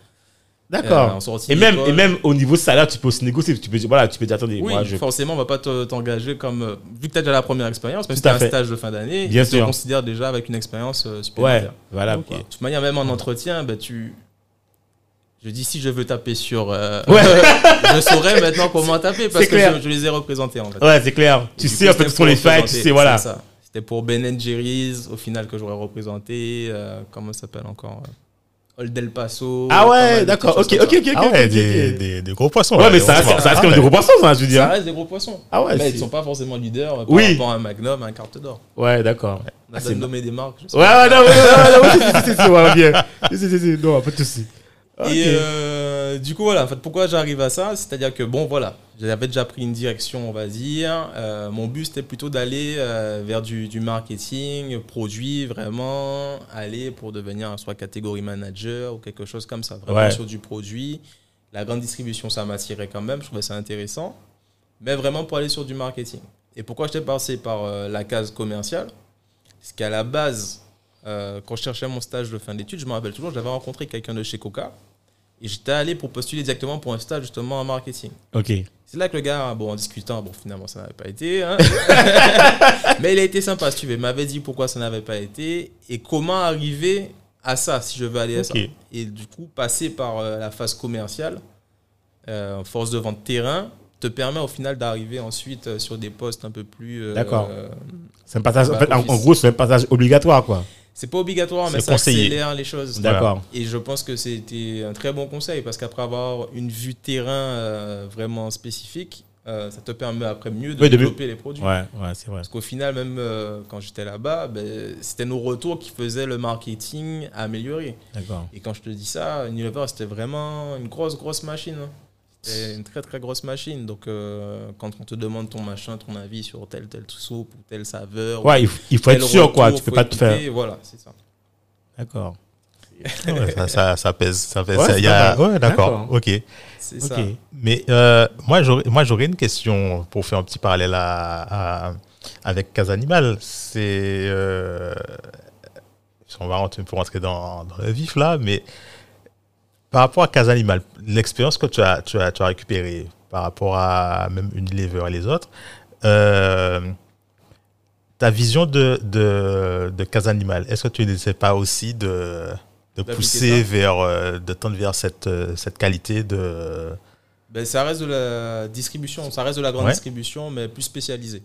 Euh, D'accord. en sortie et même, d'école. et même au niveau salaire, tu peux aussi négocier. Tu peux dire, voilà, tu peux dire, attendez, Oui, moi, je. forcément, on va pas te- t'engager comme. euh, Vu que tu as déjà la première expérience, parce que Tout à c'est un fait. stage de fin d'année, Bien tu te sûr. considères déjà avec une expérience euh, Ouais, supplémentaire. voilà. Quoi. quoi. De toute manière, même en entretien, bah, tu. Je dis si je veux taper sur. euh, Ouais. (laughs) je saurais maintenant comment taper (laughs) parce que clair. je, je les ai représentés en fait. Ouais, c'est clair. Et Tu du sais coup, en fait c'était ce sont les pour failles, tu représenter- sais, voilà. c'est ça. C'était pour Ben Jerry's, au final, que j'aurais représenté. euh, comment ça s'appelle encore euh, Old El Paso. Ah pas mal ouais, de d'accord. petites Ok, choses ok, comme ok. Ah ok, ouais, ok, des, ok. des- des gros poissons. Ouais, là, mais on ça, voit. ça reste quand Ah, même du gros poisson, ça, je ça. Ça veux dire. reste des gros poissons. Ah ouais, Mais c'est- ils sont pas forcément leaders par Oui. rapport à un Magnum, à un Carte d'Or. Ouais, d'accord. On Ah, a c'est- nommé des marques. je sais Ouais, ouais, non, (laughs) ouais, ouais, ouais, ouais, ouais, c'est- c'est- c'est- on va bien. C'est- c'est- c'est- Non, pas de soucis. Ah, Et euh, du coup, voilà, en fait, pourquoi j'arrive à ça C'est-à-dire que, bon, voilà, j'avais déjà pris une direction, on va dire. Euh, mon but, c'était plutôt d'aller euh, vers du, du marketing, produit, vraiment, aller pour devenir soit catégorie manager ou quelque chose comme ça, vraiment Ouais. sur du produit. La grande distribution, ça m'attirait quand même, je trouvais ça intéressant. Mais vraiment pour aller sur du marketing. Et pourquoi j'étais passé par euh, la case commerciale Parce qu'à la base, euh, quand je cherchais mon stage de fin d'études, je me rappelle toujours, j'avais rencontré quelqu'un de chez Coca. Et j'étais allé pour postuler directement pour un stage justement en marketing. Ok. C'est là que le gars, bon, en discutant, bon, finalement, ça n'avait pas été. hein. Mais il a été sympa, si tu veux. Il m'avait dit pourquoi ça n'avait pas été et comment arriver à ça, si je veux aller à Ok. ça. Et du coup, passer par euh, la phase commerciale, euh, force de vente terrain, te permet au final d'arriver ensuite euh, sur des postes un peu plus. euh, D'accord. C'est un passage, en, fait, en, Back-office. en gros, c'est un passage obligatoire, quoi. c'est pas obligatoire, mais C'est ça conseillé. accélère les choses. D'accord. Et je pense que c'était un très bon conseil parce qu'après avoir une vue terrain euh, vraiment spécifique, euh, ça te permet après mieux de Oui, de mieux- développer les produits. Ouais, ouais, c'est vrai. Parce qu'au final, même euh, quand j'étais là-bas, ben, c'était nos retours qui faisaient le marketing améliorer. D'accord. Et quand je te dis ça, Unilever, c'était vraiment une grosse, grosse machine. hein. C'était une très, très grosse machine. Donc, euh, quand on te demande ton machin, ton avis sur telle, telle soupe ou telle saveur, Ouais, il, f- il faut être sûr, quoi. Tu peux pas te faire. Voilà, c'est ça. D'accord. ouais, ça, ça- ça pèse. Ça pèse. Ouais, ça- c'est il y a- pas mal. ouais, d'accord. D'accord. Ok. C'est Ok. ça. Mais euh, moi, j'aurais moi, j'aurais une question pour faire un petit parallèle à, à- avec Casa Animal. C'est. euh, on va rentrer, pour rentrer dans, dans le vif là, mais par rapport à Casa Animal, l'expérience que tu as, tu, as, tu as récupérée par rapport à même Unilever et les autres, euh, ta vision de, de, de Casa Animal, est-ce que tu n'essaies pas aussi de, de D'appliquer pousser ça. vers, euh, de tendre vers cette, euh, cette qualité de. Ben, ça reste de la distribution, ça reste de la grande Ouais. distribution, mais plus spécialisée.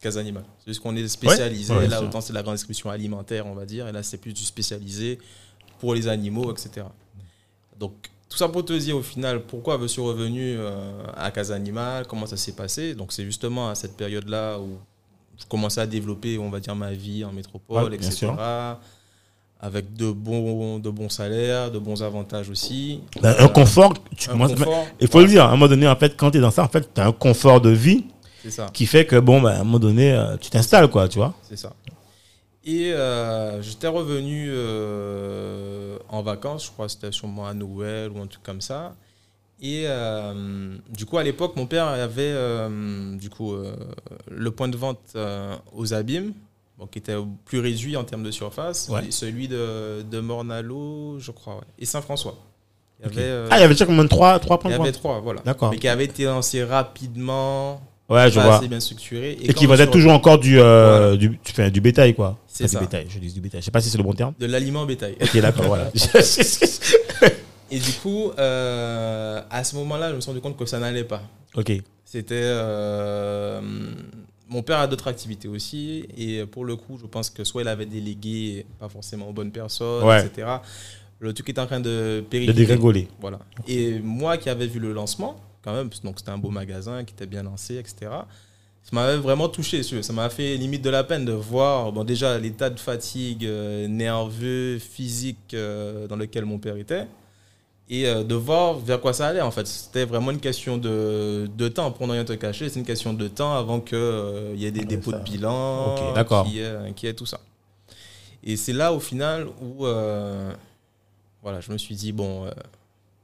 Cas animal. C'est juste qu'on est spécialisé. Ouais, ouais, là, sûr. autant c'est de la grande distribution alimentaire, on va dire. Et là, c'est plus du spécialisé pour les animaux, etc. Donc, tout ça pour te dire au final pourquoi je suis revenu euh, à Casa Animal, comment ça s'est passé. Donc, c'est justement à cette période-là où je commençais à développer, on va dire, ma vie en métropole, Ouais, bien etc. sûr. Avec de bons, de bons salaires, de bons avantages aussi. Ben, Euh, un confort, tu un commences. confort, Il faut le dire, à un moment donné, en fait, quand tu es dans ça, en fait, tu as un confort de vie c'est ça. qui fait que, bon, ben, à un moment donné, euh, tu t'installes, quoi, tu vois. C'est ça. Et euh, j'étais revenu euh, en vacances, je crois que c'était sûrement à Noël ou un truc comme ça. Et euh, du coup, à l'époque, mon père avait euh, du coup, euh, le point de vente euh, aux abîmes, bon, qui était plus réduit en termes de surface, Ouais. et celui de, de Mornalo, je crois, ouais, et Saint-François. Il y Ok. avait, euh, Ah, il y avait déjà comme trois, trois il points y de avait vente. trois, voilà. D'accord. Mais qui avait été lancé rapidement, Ouais, je pas vois. assez bien structuré. Et, quand qui je suis vendait toujours encore du, euh, du, tu fais du bétail, quoi. C'est Enfin, ça. Du bétail, je dis du bétail. Je sais pas si c'est le bon terme. revenu- De l'aliment bétail. Ok, (laughs) d'accord, voilà. (laughs) Et du coup, euh, à ce moment-là, je me suis rendu compte que ça n'allait pas. ok. C'était. euh, mon père a d'autres activités aussi. Et pour le coup, je pense que soit il avait délégué pas forcément aux bonnes personnes, Ouais. etc. Le truc est en train de De péricliter. dégringoler. Voilà. Et moi qui avais vu le lancement, quand même, parce que donc c'était un beau magasin qui était bien lancé, etc. Ça m'avait vraiment touché, si tu veux. ça m'a fait limite de la peine de voir bon, déjà l'état de fatigue euh, nerveux, physique euh, dans lequel mon père était, et euh, de voir vers quoi ça allait en fait. C'était vraiment une question de, de temps, pour ne rien te cacher, c'est une question de temps avant qu'il y ait des dépôts ça- de bilan, Ok, d'accord. qui est, euh, qui est tout ça. Et c'est là au final où euh, voilà, je me suis dit, bon, euh,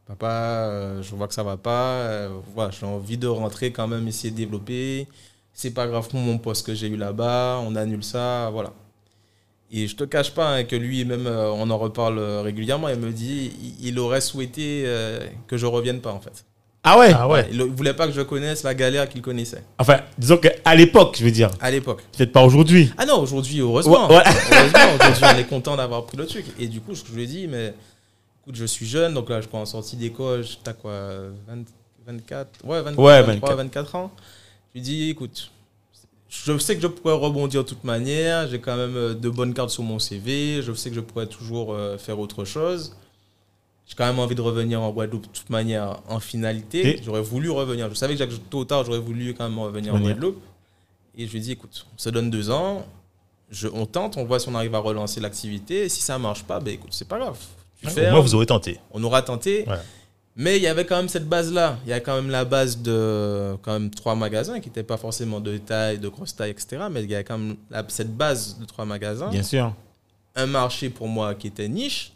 papa, euh, je vois que ça va pas, euh, voilà, j'ai envie de rentrer quand même, essayer de développer, c'est pas grave pour mon poste que j'ai eu là-bas, on annule ça, voilà. Et je te cache pas hein, que lui, même, euh, on en reparle euh, régulièrement, il me dit, il, il aurait souhaité euh, que je revienne pas en fait. Ah ouais. Ah ouais. Il il voulait pas que je connaisse la galère qu'il connaissait Enfin, disons qu'à l'époque, je veux dire. à l'époque. Peut-être pas aujourd'hui. Ah non, aujourd'hui, heureusement. Hein? Ouais, ouais. Heureusement, aujourd'hui, on est content d'avoir pris le truc. Et du coup, je, je lui ai dit, mais écoute, je suis jeune, donc là, je prends en sortie d'école, je- t'as quoi, 20 24, ouais, 24, Ouais, 23, 24 ans. Je lui ai dit, écoute, je sais que je pourrais rebondir de toute manière, j'ai quand même euh, de bonnes cartes sur mon CV, je sais que je pourrais toujours euh, faire autre chose. J'ai quand même envie de revenir en Guadeloupe de toute manière en finalité. Et- J'aurais voulu revenir. Je savais que j'ai- tôt ou tard, j'aurais voulu quand même revenir en Revenir. Guadeloupe. Et je lui ai dit, écoute, on se donne deux ans, je, on tente, on voit si on arrive à relancer l'activité. Si ça marche pas, ben écoute, c'est pas grave. Tu Au fais, moins, vous aurez tenté. on aura tenté. Voilà. Mais il y avait quand même cette base-là. Il y a quand même la base de quand même trois magasins qui n'étaient pas forcément de taille, de grosse taille, etc. Mais il y a quand même la- cette base de trois magasins. Bien sûr. Un marché pour moi qui était niche.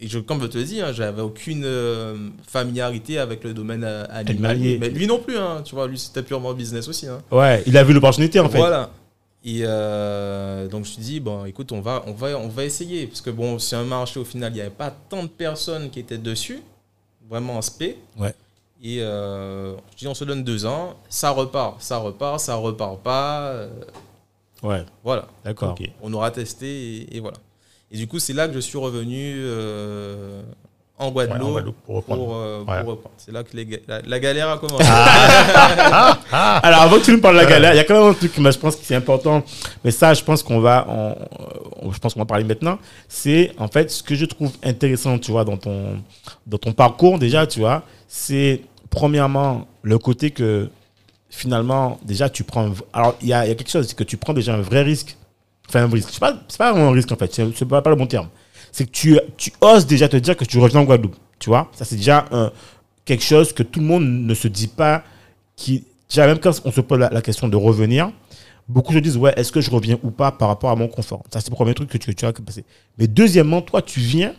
Et je, comme je te dis, hein, j'avais aucune euh, familiarité avec le domaine euh, Animalier. animalier. Mais lui non plus, hein, tu vois, lui c'était purement business aussi. hein. Ouais, il a vu l'opportunité en fait. Voilà. Et euh, donc je me suis dit, bon, écoute, on va, on va, on va essayer. Parce que bon, c'est un marché, au final, il n'y avait pas tant de personnes qui étaient dessus, vraiment en SP. Ouais. Et euh, je dis, on se donne deux ans, ça repart, ça repart, ça repart pas. euh, Ouais, voilà, d'accord. Ok. on aura testé et, et voilà. Et du coup, c'est là que je suis revenu euh, en Ouais, Guadeloupe. en Guadeloupe, pour reprendre. pour, euh, Ouais. Ah, pour reprendre. C'est là que les ga- la, la galère a commencé. (laughs) Alors avant que tu nous parles de la galère, il y a quand même un truc que moi, je pense que c'est important, mais ça je pense qu'on va, en- euh, je pense qu'on va parler maintenant. C'est en fait ce que je trouve intéressant, tu vois, dans ton, dans ton parcours déjà, tu vois, c'est premièrement le côté que finalement déjà tu prends. un v- Alors il y a, il y a quelque chose, c'est que tu prends déjà un vrai risque. Enfin un risque, c'est pas, c'est pas vraiment un risque en fait, c'est c'est pas, pas le bon terme. C'est que tu, tu oses déjà te dire que tu reviens en Guadeloupe, tu vois. Ça c'est déjà un- quelque chose que tout le monde ne se dit pas qui, déjà même quand on se pose la, la question de revenir, beaucoup se disent, ouais, est-ce que je reviens ou pas par rapport à mon confort Ça, c'est le premier truc que tu, tu as passé. Mais deuxièmement, toi, tu viens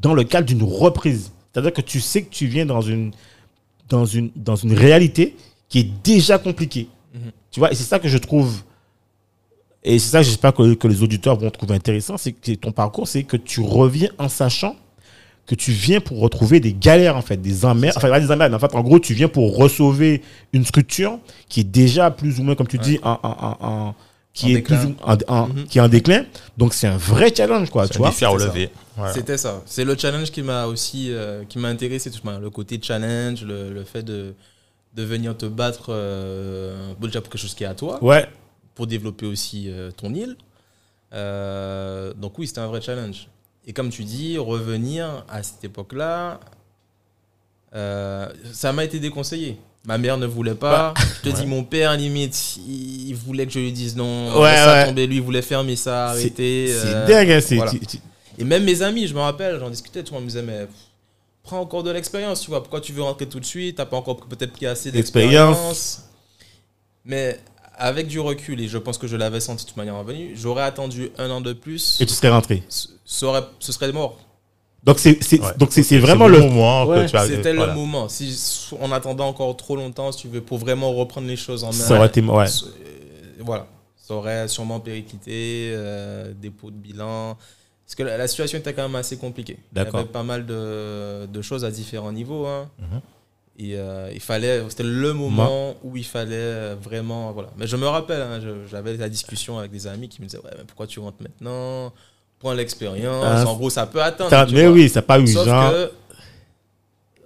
dans le cadre d'une reprise. C'est-à-dire que tu sais que tu viens dans une, dans une, dans une réalité qui est déjà compliquée. Mhm. Tu vois, et c'est ça que je trouve, et c'est ça que j'espère que, que les auditeurs vont trouver intéressant, c'est que ton parcours, c'est que tu reviens en sachant que tu viens pour retrouver des galères, en fait, des emmerdes. Enfin, pas des emmerdes, mais en fait, en gros, tu viens pour ressauver une structure qui est déjà plus ou moins, comme tu dis, en, en- en- en- qui En est déclin. plus ou- en- en- Mhm. qui est en déclin. Donc, c'est un vrai challenge, quoi, tu Tu vois. vois faire c'est ça. relever. Voilà. C'était ça. C'est le challenge qui m'a aussi euh, qui m'a intéressé tout le Le côté challenge, le, le fait de, de venir te battre euh, bon, déjà pour quelque chose qui est à toi, Ouais, pour développer aussi euh, ton île. Euh, donc oui, c'était un vrai challenge. Et comme tu dis, revenir à cette époque-là, euh, ça m'a été déconseillé. Ma mère ne voulait pas. Bah, je te dis, mon père, limite, il il voulait que je lui dise non. Ouais, ça ouais. tomber, lui, il voulait fermer ça, C'est- arrêter. c'est euh, dingue, hein, c'est voilà. tu- tu- Et même mes amis, je me rappelle, j'en discutais, tout le monde me disait, mais pff, prends encore de l'expérience, tu vois, pourquoi tu veux rentrer tout de suite T'as pas encore peut-être pris assez D'expérience. d'expérience. Mais avec du recul, et je pense que je l'avais senti de toute manière en venue, j'aurais attendu un an de plus, et tu serais rentré. ce, ça aurait- ce serait mort. Donc c'est c'est- Ouais. donc c'est c'est vraiment le C'est moment Ouais, que tu as C'était voilà. le moment. Si on attendait encore trop longtemps, si tu veux, pour vraiment reprendre les choses en main, ça aurait été ouais. ce- euh, voilà, ça aurait sûrement périclité, euh, dépôt de bilan. Parce que la, la situation était quand même assez compliquée. Il D'accord. y avait pas mal de, de choses à différents niveaux. hein. Mhm. Et euh, il fallait, c'était le moment où il fallait euh, vraiment, voilà. Mais je me rappelle, hein, je- j'avais la discussion avec des amis qui me disaient, ouais, mais pourquoi tu rentres maintenant Prends l'expérience. Ah, en gros, ça peut attendre. Ça- tu mais vois. oui, ça n'a pas eu Sauf genre. que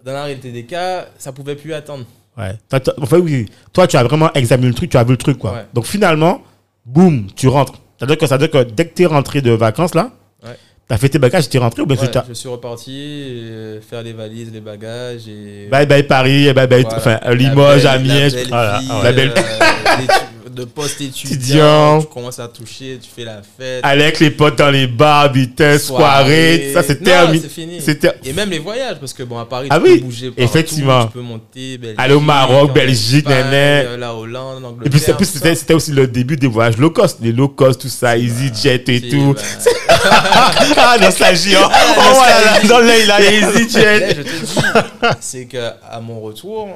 dans la réalité des cas, ça pouvait plus attendre. Ouais. Toi, toi- enfin oui, toi tu as vraiment examiné le truc, tu as vu le truc quoi. Ouais. Donc finalement, boum, tu rentres. C'est-à-dire que ça veut dire que dès que tu es rentré de vacances là, Ouais. tu as fait tes bagages, tu es rentré ou bien Ouais, tu t'as- je suis reparti euh, faire les valises, les bagages et Bye bye Paris, et bye bye Voilà. Bah, enfin La Limoges, belle- Amiens, la belle voilà. vie, Ah ouais. La belle- euh, d'étu- de poste étudiant, Étudiant. tu commences à toucher, tu fais la fête, aller avec les potes dans les bars, vitesse, soirée, ça c'est Non, terminé. c'est fini. C'était Et même les voyages, parce que bon, à Paris, Ah tu oui, peux bouger partout, effectivement. tu peux monter, Belgique, Aller au Maroc, en Belgique, Espagne, nanana. euh, la Hollande, l'Angleterre. Et puis, c'est- en plus, tout c'était ça. c'était aussi le début des voyages low cost, les low cost, tout ça, EasyJet et Si, tout. bah, Ah, nostalgie, hein. Oh, voilà, dans l'œil, là, il y a là, EasyJet. je te dis, (laughs) c'est qu'à mon retour,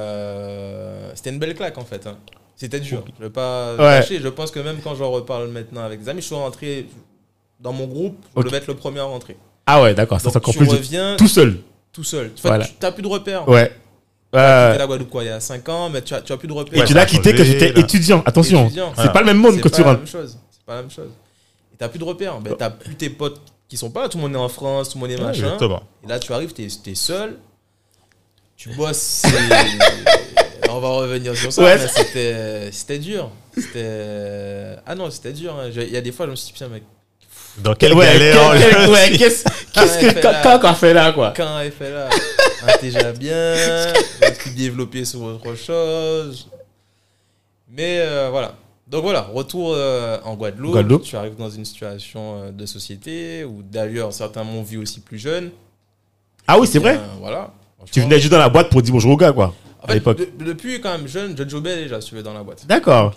euh, c'était une belle claque en fait. hein. C'était dur. Je ne vais pas Ouais. lâcher. Je pense que même quand j'en reparle maintenant avec des amis, je suis rentré dans mon groupe, je Ok. devais être le premier à rentrer. Ah ouais, d'accord, ça, c'est Donc, encore tu plus dur. reviens tout, Tout seul. seul. Tu Voilà. n'as plus de repères. Ouais. Tu Euh, fais la Guadeloupe quoi, il y a 5 ans, mais tu n'as plus de repères. et Ouais, tu ça l'as a quitté changé, que j'étais là. étudiant, attention. Étudiant. C'est pas le même monde C'est que tu pas la rentres. même chose. C'est pas la même chose. Et t'as plus de repères. Ben, t'as plus tes potes qui sont pas. Tout le monde est en France, tout le monde est Ouais, machin. Exactement. Et là, tu arrives, t'es es seul. Tu bosses. (laughs) et- On va revenir sur ça. Ouais. mais c'était- C'était dur. C'était. Ah non, c'était dur. hein. Je- Il y a des fois, je me suis dit, putain, mec, Dans quelle Ouais, galère quel- (laughs) quel- le- ouais, qu'est-ce qu'est-ce que Ouais, quand- quand qu'on fait là quoi Quand elle fait là, un déjà bien, (laughs) qui développer sur autre chose. Mais euh, voilà. Donc voilà, retour euh, en Guadeloupe. Guadeloupe. Tu arrives dans une situation euh, de société où d'ailleurs certains m'ont vu aussi plus jeune. Ah oui, c'est Eh bien, vrai. Voilà. Tu venais juste dans la boîte pour dire bonjour au gars quoi. En à fait, l'époque. de- depuis quand même jeune, je jobais déjà, si tu veux, dans la boîte. D'accord.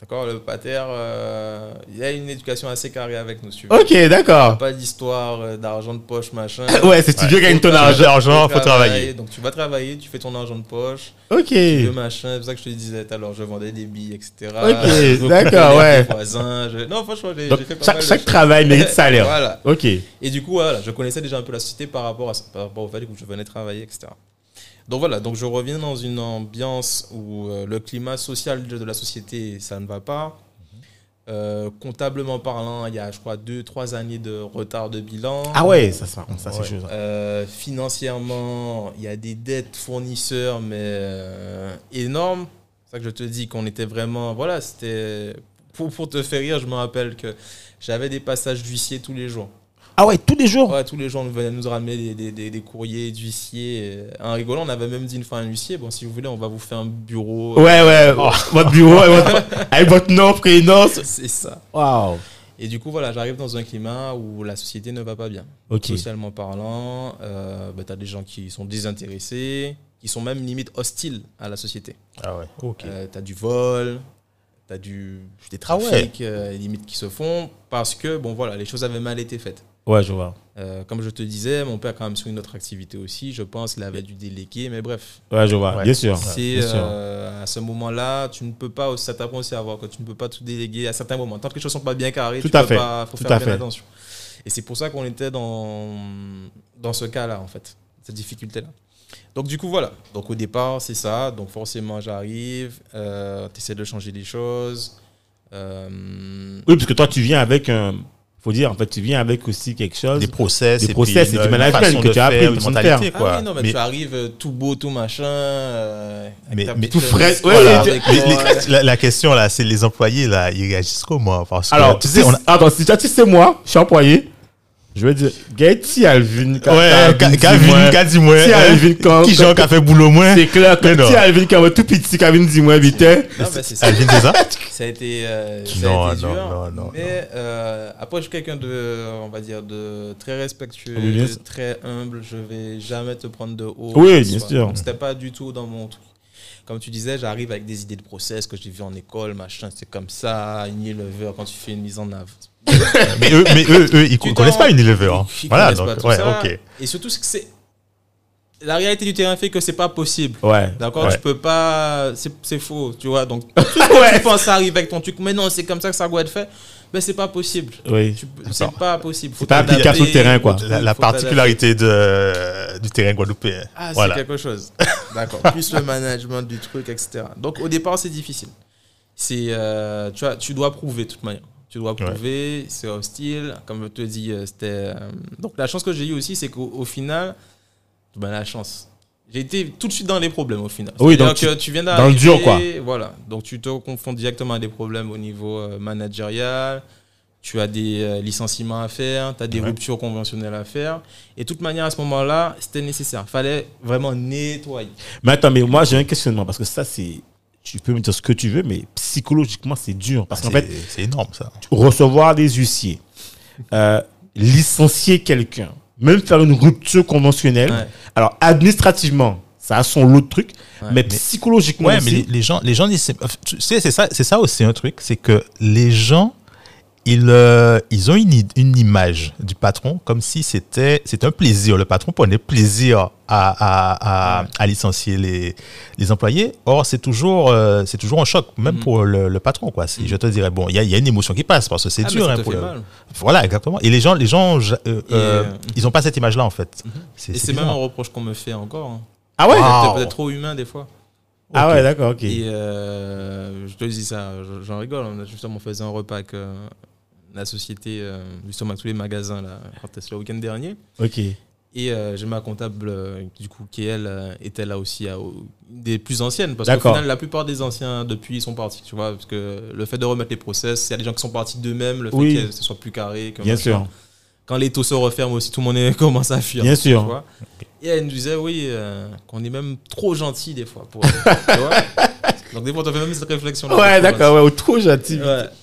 D'accord, le pater, euh, il y a une éducation assez carrée avec nous. si tu veux. Ok, d'accord. Pas d'histoire euh, d'argent de poche, machin. Ouais, c'est studio gagne ton J'ai argent. l'argent, faut travailler. travailler. Donc tu vas travailler, tu fais ton argent de poche. Ok. le machin, c'est pour ça que je te disais tout à l'heure, je vendais des billes, etc. Ok, Je me d'accord, prenais ouais. des voisins, je- Non, franchement, j'ai Donc j'ai fait pas chaque, mal de chaque choses. travail (laughs) mérite salaire. voilà. Ok. Et du coup, voilà, je connaissais déjà un peu la société par rapport, à, ça, par rapport au fait où je venais travailler, etc. Donc voilà, donc je reviens dans une ambiance où euh, le climat social de, de la société, ça ne va pas. Mhm. Euh, comptablement parlant, il y a, je crois, deux, trois années de retard de bilan. Ah ouais, ça, ça, ça c'est Ouais. chaud. ça. Euh, financièrement, il y a des dettes fournisseurs, mais euh, énormes. C'est ça que je te dis qu'on était vraiment. Voilà, c'était. Pour, pour te faire rire, je me rappelle que j'avais des passages d'huissier tous les jours. Ah ouais, tous les jours. Oh. Ouais, tous les jours, on venait nous ramener des, des- des- des courriers d'huissier. En rigolant, on avait même dit une fois à un huissier bon, si vous voulez, on va vous faire un bureau. euh, Ouais, ouais. Votre bureau avec votre- avec votre nom, prénom. (laughs) C'est ça. Waouh. Et du coup, voilà, j'arrive dans un climat où la société ne va pas bien. Ok. Socialement parlant, euh, bah, tu as des gens qui sont désintéressés, qui sont même limite hostiles à la société. Ah ouais. Ok. tu as du vol, tu as du, des Ah ouais. trafics, euh, limite qui se font, parce que bon, voilà, les choses avaient mal été faites. Ouais, je vois. Euh, comme je te disais, mon père, quand même, sur une autre activité aussi, je pense qu'il avait dû déléguer, mais bref. Ouais, je vois. Ouais. Bien sûr. c'est bien sûr. euh, à ce moment-là, tu ne peux pas, aussi- ça t'apprend aussi à voir que tu ne peux pas tout déléguer à certains moments. Tant que les choses ne sont pas bien carrées, Tout tu à peux fait. pas, faut Tout à faire bien fait. attention. Et c'est pour ça qu'on était dans, dans ce cas-là, en fait, cette difficulté-là. Donc, du coup, voilà. Donc, au départ, c'est ça. Donc, forcément, j'arrive, euh, tu essaies de changer des choses. Euh, Oui, parce que toi, tu viens avec un. Faut dire, en fait, tu viens avec aussi quelque chose. Des process, Des et puis process, une- c'est du une management façon que de tu as faire, appris, une une façon de mentalité ah quoi. oui, non, mais, tu arrives euh, tout beau, tout machin. euh, avec Mais- ta mais petite tout frais, chemise, ouais, voilà, mais- avec euh, (laughs) Mais moi, les- ouais. la, la question là, c'est les employés là, ils réagissent comment Parce que, Alors, tu sais, on a- attends, si toi, tu sais, moi, je suis employé. Je veux dire, Gaëti Alvin. quand t'as Ouais, qu'a- qu'a vu, dis-moi. qu'a dit moi Si Alvin, quand. hein, Qui genre qui a fait boulot moins C'est clair que Mais non. si Alvin, quand tout petit, quand Alvin dit moi, vite. hein. Non, mais c'est ça. Alvin, c'est ça (laughs) Ça a été, euh, ça a Non, été non, dur. non, non, mais euh, après, je suis quelqu'un de, on va dire, de très Ah, respectueux, Oui, bien de sûr. très humble. Je vais jamais te prendre de haut. Oui, quoi que ce bien soit. sûr. Donc, C'était pas du tout dans mon truc. Comme tu disais, j'arrive avec des idées de process que j'ai vu en école, machin, c'est comme ça, une lever quand tu fais une mise en avant. Mais eux, mais eux, eux, ils Tu connaissent t'en- pas une éleveur. hein. Ils Voilà, connaissent donc, pas tout ouais, ça. ok. Et surtout, c'est que c'est. La réalité du terrain fait que c'est pas possible. Ouais. D'accord, Ouais. tu peux pas, c'est c'est faux, tu vois. Donc, (laughs) tu penses arriver avec ton truc, mais non, c'est comme ça que ça doit être fait. Mais c'est pas possible. Oui. Tu peux- C'est pas possible. Faut pas applicable t'adapter, sur le terrain, quoi. faut- La, la faut t'adapter. particularité de, du terrain guadeloupéen. Ah, c'est voilà. quelque (laughs) chose. D'accord. Plus le management du truc, etc. Donc au départ, c'est difficile. C'est, euh, tu, vois, tu dois prouver de toute manière. Tu dois prouver, c'est hostile. Comme je te dis, euh, c'était. euh, Donc la chance que j'ai eue aussi, c'est qu'au au final, ben, la chance. J'ai été tout de suite dans les problèmes au final. Oui, C'est-à-dire donc tu- que tu viens dans le dur, d'arriver, Voilà. Donc tu te confonds directement à des problèmes au niveau euh, managérial. Tu as des euh, licenciements à faire, tu as des Ouais. ruptures conventionnelles à faire. Et de toute manière, à ce moment-là, c'était nécessaire. Fallait vraiment nettoyer. Mais attends, mais moi, j'ai un questionnement parce que ça, c'est. Tu peux me dire ce que tu veux, mais psychologiquement, Ah, c'est dur. Parce qu'en fait, C'est- c'est énorme ça. recevoir des huissiers, euh, licencier quelqu'un, même faire une rupture conventionnelle. Ouais. Alors, administrativement, ça a son lot de trucs, Ouais, mais, psychologiquement Ouais, mais les, aussi. les gens, les gens, ils- c'est- tu sais, c'est ça, c'est ça aussi un truc, c'est que les gens, ils, euh, ils ont une, id- une image du patron comme si c'était, c'est un plaisir. Le patron prenait plaisir à, à, à, à licencier les, les employés. Or, c'est toujours, euh, c'est toujours un choc, Mm. même pour le, le patron, quoi. Si je te dirais, bon, il y a, il y a une émotion qui passe parce que c'est Ah, mais dur. ça hein, te pour fait le- mal. Voilà, exactement. Et les gens, les gens, je- euh, euh, euh, Mm-hmm. ils ont pas cette image-là en fait. C'est Et c'est c'est même un bizarre. reproche qu'on me fait encore. hein. Ah ouais Ah. Peut-être- Wow. Peut-être trop humain des fois. Ah ouais, d'accord, ok. Et euh, je te dis ça, je- j'en rigole. On a justement fait un repas avec euh, la société, euh, justement avec tous les magasins, là, quand c'était le week-end dernier. Ok. Et euh, j'ai ma comptable, euh, du coup, qui elle euh, était là aussi, à- au- des plus anciennes. Parce qu'au D'accord. final, la plupart des anciens, depuis, ils sont partis, tu vois. Parce que le fait de remettre les process, il y a des gens qui sont partis d'eux-mêmes, le fait Oui. que ce soit plus carré. que Bien machin. sûr. Quand les taux se referment aussi, tout le monde est- (laughs) commence à fuir. Bien tu sûr. vois. Et elle nous disait, oui, euh, qu'on est même trop gentil des fois. Pour, (laughs) tu vois. Donc des fois, on fait même cette réflexion. Ouais, d'accord, ouais, au trop gentil.